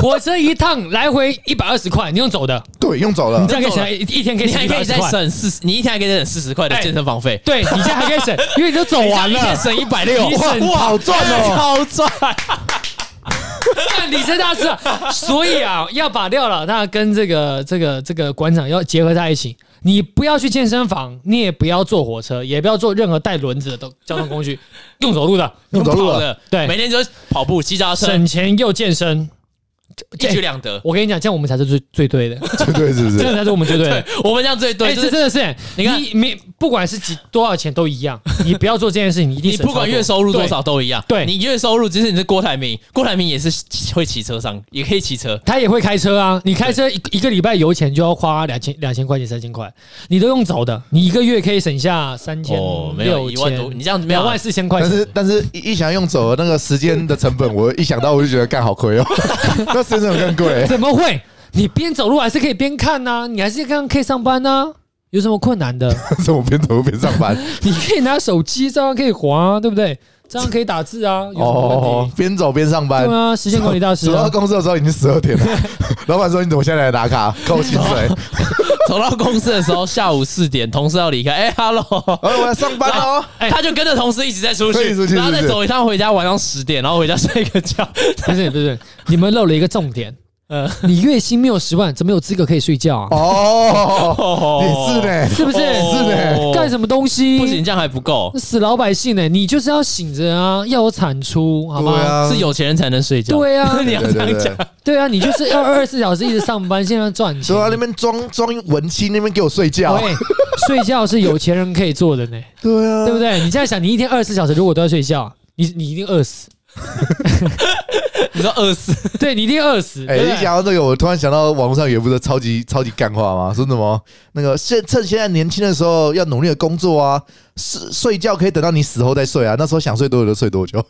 S3: 火车一趟来回一百二十块，你用走的，
S1: 对，用走了
S3: 你这。样可以省一一天可以
S2: 你
S3: 省
S2: 还可以
S3: 120
S2: 再
S3: 块。
S2: 省四十，你一天还可以再省四十块的
S3: 哎
S2: 健身房费，
S3: 对你这样还可以省，因为你都走完
S2: 你这样一
S3: 了
S2: 天。省一百六，
S3: 你省
S1: 哇好赚哦
S2: 超赚！
S3: 干你真大事 啊！所以啊，要把廖老大跟这个这个这个馆长要结合在一起。你不要去健身房，你也不要坐火车，也不要坐任何带轮子的都交通工具，用走路的，
S1: 用走路了
S2: 跑的，
S3: 对
S2: 每天就跑步、骑脚踏车，
S3: 省钱又健身。
S2: 一举两得。啊
S3: 我跟你讲，这样我们才是最最对的，
S1: 对对，是不
S3: 这样
S1: 是？
S3: 才是我们最对的
S2: 对。，我们这样最对，
S3: 哎，
S2: 就
S3: 这
S2: 是
S3: 真的是，
S2: 你看
S3: 你没不管是几多少钱都一样，你不要做这件事情，你一定
S2: 你
S3: 省
S2: 不管
S3: 超多
S2: 月收入多，少都一样。
S3: 对
S2: 你月收入，即使你是郭台铭，郭台铭也是骑会骑车上，也可以骑车
S3: 对。他也会开车啊。你开车一一个礼拜油钱就要花两千两千块钱三千块，你都用走的，你一个月可以省下三千
S2: 哦，没有一万多，你这样子没有
S3: 两
S2: 啊
S3: 万四千块
S1: 但是
S3: 钱。
S1: 但是一一想用走的那个时间的成本，我一想到我就觉得干好亏哦， 那时间成本更贵。
S3: 怎么会？你边走路还是可以边看呐、你还是刚刚可以上班呐、有什么困难 的？
S1: 怎么边走边上班？
S3: 你可以拿手机，照样可以滑、啊，对不对？照样可以打字啊，有什么问
S1: 哦
S3: 题？，
S1: 边走边上班
S3: 对。啊，时间管理大师、
S1: 走到
S3: 啊，
S1: 公司的时候已经十二点了， 老板说你怎么现在来打卡？扣薪 水？
S2: 走到公司的时候，下午四点，同事要离开，哎、哈 h e l l o
S1: 哎，我要上班 哦。
S3: 哎
S2: 他就跟着同事一直在出
S1: 可
S2: 去，
S1: 以出去
S2: 然后
S1: 是
S2: 再
S1: 不是
S2: 走一趟回家，晚上十点，然后回家睡个觉。
S3: 不是不是，你们漏了一个重点。
S2: 嗯
S3: 呃，你月薪没有十万，怎么有资格可以睡觉啊？
S1: 哦，
S2: 哦
S1: 你是呢？
S3: 是不是？
S1: 哦是的
S3: 干什么东西？
S2: 不行，，这样还不够，
S3: 死老百姓呢、你就是要醒着啊，要有产出，哦好
S1: 对
S3: 吗？
S1: 啊，
S2: 是有钱人才能睡觉。
S3: 对啊，
S2: 你要
S1: 对
S2: 这
S1: 对
S2: 样
S1: 对
S2: 讲，，
S3: 对啊，你就是要二十四小时一直上班，现在赚钱
S1: 说。啊到那边装装文青那边给我睡觉，
S3: 喂，睡觉是有钱人可以做的呢，
S1: 对啊，
S3: 对不对？你现在想，你一天二十四小时如果都要睡觉，啊你你一定饿死，
S2: 你说饿死，
S3: 对你一定饿死。
S1: 哎、
S3: 对不
S1: 一
S3: 对
S1: 讲到这个，我突然想到网络上有一部的超级超级干话嘛，说什么那个现趁现在年轻的时候要努力的工作啊，睡睡觉可以等到你死后再睡啊，那时候想睡多久就睡多久，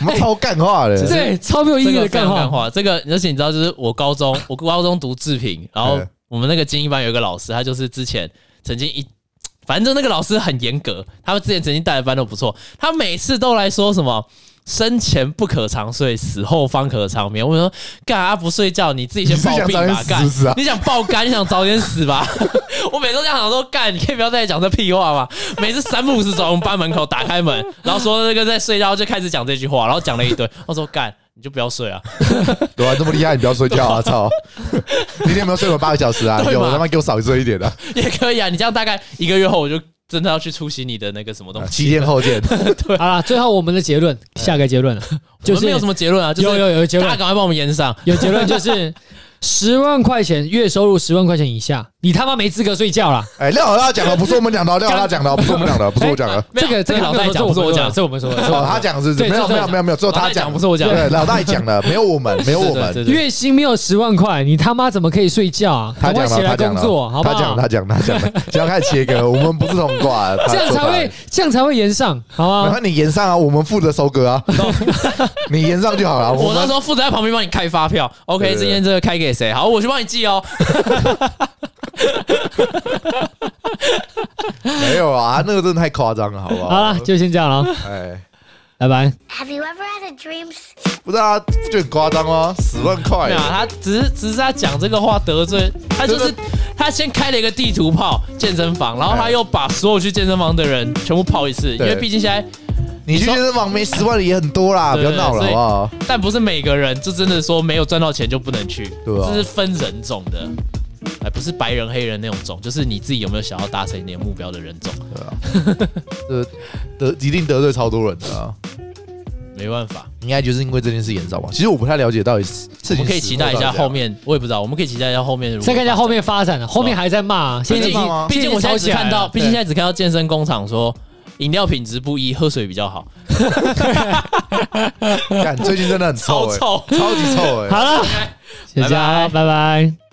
S1: 我们超干话的，
S3: 对，超没有意
S2: 这
S3: 义
S2: 个
S3: 的
S2: 非
S3: 干
S2: 常干
S3: 话。
S2: 话。这个，而且你知道，就是我高中， 我高中读制品，然后
S1: 嗯
S2: 我们那个精英班有一个老师，他就是之前曾经一，反正那个老师很严格，他们之前曾经带的班都不错，他每次都来说什么。生前不可长睡，死后方可长眠。我说，干啊不睡觉，你自己先
S1: 你是
S2: 暴
S1: 想
S2: 病
S1: 早点
S2: 吧，
S1: 死是
S2: 干
S1: 不是啊
S2: 你想爆肝，你想早点死吧？ 我每次都这样想说，干，你可以不要再讲这屁话嘛。每次三不五时走到我们班门口，打开门，然后说那个在睡觉，就开始讲这句话，然后讲了一堆。我说干，你就不要睡啊，
S1: 对啊，这么厉害你不要睡觉啊，操！你一天有没有睡满八个小时啊？
S2: 对嘛
S1: 有他妈给我少睡一点的、啊，
S2: 也可以啊。你这样大概一个月后，我就真的要去出席你的那个什么东西。
S1: 七天后见。
S3: 好了，最后我们的结论，下个结论了，就
S2: 我们
S3: 是
S2: 没有什么结论啊，就
S3: 有
S2: 是
S3: 有有结
S2: 大家
S3: 论，
S2: 赶快帮我们延上。
S3: 有结论就是十万块钱月收入十万块钱以下，你他妈没资格睡觉啦。
S1: 哎、廖老大讲的不是我们讲的哦，廖老大讲的哦不是我们讲的哦，不是我讲的。
S2: 没有
S3: 这个这个
S2: 老戴讲
S3: 这
S2: 不是
S3: 个
S2: 我讲，
S3: 这个我们说的，这个我
S1: 哦，
S3: 们
S1: 他
S3: 说的。
S1: 讲是不是
S3: 对
S1: 没有
S3: 这
S1: 没有
S3: 这
S1: 没有没有，只有
S2: 老
S1: 他
S2: 戴讲
S1: 讲，
S2: 不是我讲
S1: 对，老大讲的，没有我们，没有我们，
S2: 对对对
S3: 月薪没有十万块，你他妈怎么可以睡觉啊？
S1: 他
S3: 赶快
S1: 讲
S3: 起
S1: 了，他
S3: 来
S1: 讲
S3: 工
S1: 了，
S3: 作，好不
S1: 他讲，
S3: 好？
S1: 他讲，他讲 了，只要开始切割，我们不是同挂，他
S3: 这样才会。这样才会延上，好
S1: 然
S3: 吗
S1: 后？你延上啊，我们负责收割啊， 你延上就好了。
S2: 哦 我
S1: 我
S2: 那
S1: 们
S2: 时候负责在旁边帮你开发票，OK，
S1: 对对对
S2: 今天这个开给谁？好，我去帮你寄哦。
S1: 没有啊，那个真的太夸张了，好不好？
S3: 好了，就先这样了啊，
S1: 哎，
S3: 拜拜。
S4: Have you ever had a dream
S1: 不是啊，就很夸张吗？十万块
S2: 没有，啊，他只是只是他讲这个话得罪他，就是
S1: 真
S2: 他先开了一个地图炮健身房，然后他
S1: 哎
S2: 又把所有去健身房的人全部泡一次，因
S1: 对
S2: 为毕竟现在
S1: 你去健身房没十万的也很多啦，不要
S2: 对
S1: 闹了，好
S2: 所以
S1: 不好？
S2: 但不是每个人就真的说没有赚到钱就不能去，
S1: 对啊
S2: 这是分人种的，哎，不是白人黑人那种种，就是你自己有没有想要达成你的目标的人种，
S1: 对啊，得得一定得罪超多人的啊，
S2: 没办法，
S1: 应该就是因为这件事延上吧。其实我不太了解到底是事
S2: 我
S1: 情，
S2: 们可以期待一下后。面，我也不知道，我们可以期待一下后面如何
S3: 再看一下后面发展了，后面还在骂，啊
S2: 发展，
S3: 现
S2: 毕
S1: 还
S3: 在
S1: 在
S3: 已经
S1: 骂吗
S2: 竟毕竟我现在只看到，毕竟现在只看到健身工厂说饮料品质不一，喝水比较好，
S1: 干，最近真的很臭
S2: 超
S1: 哎，
S2: 臭。
S1: 超级臭哎。
S3: 啊好了，谢谢大家，拜拜。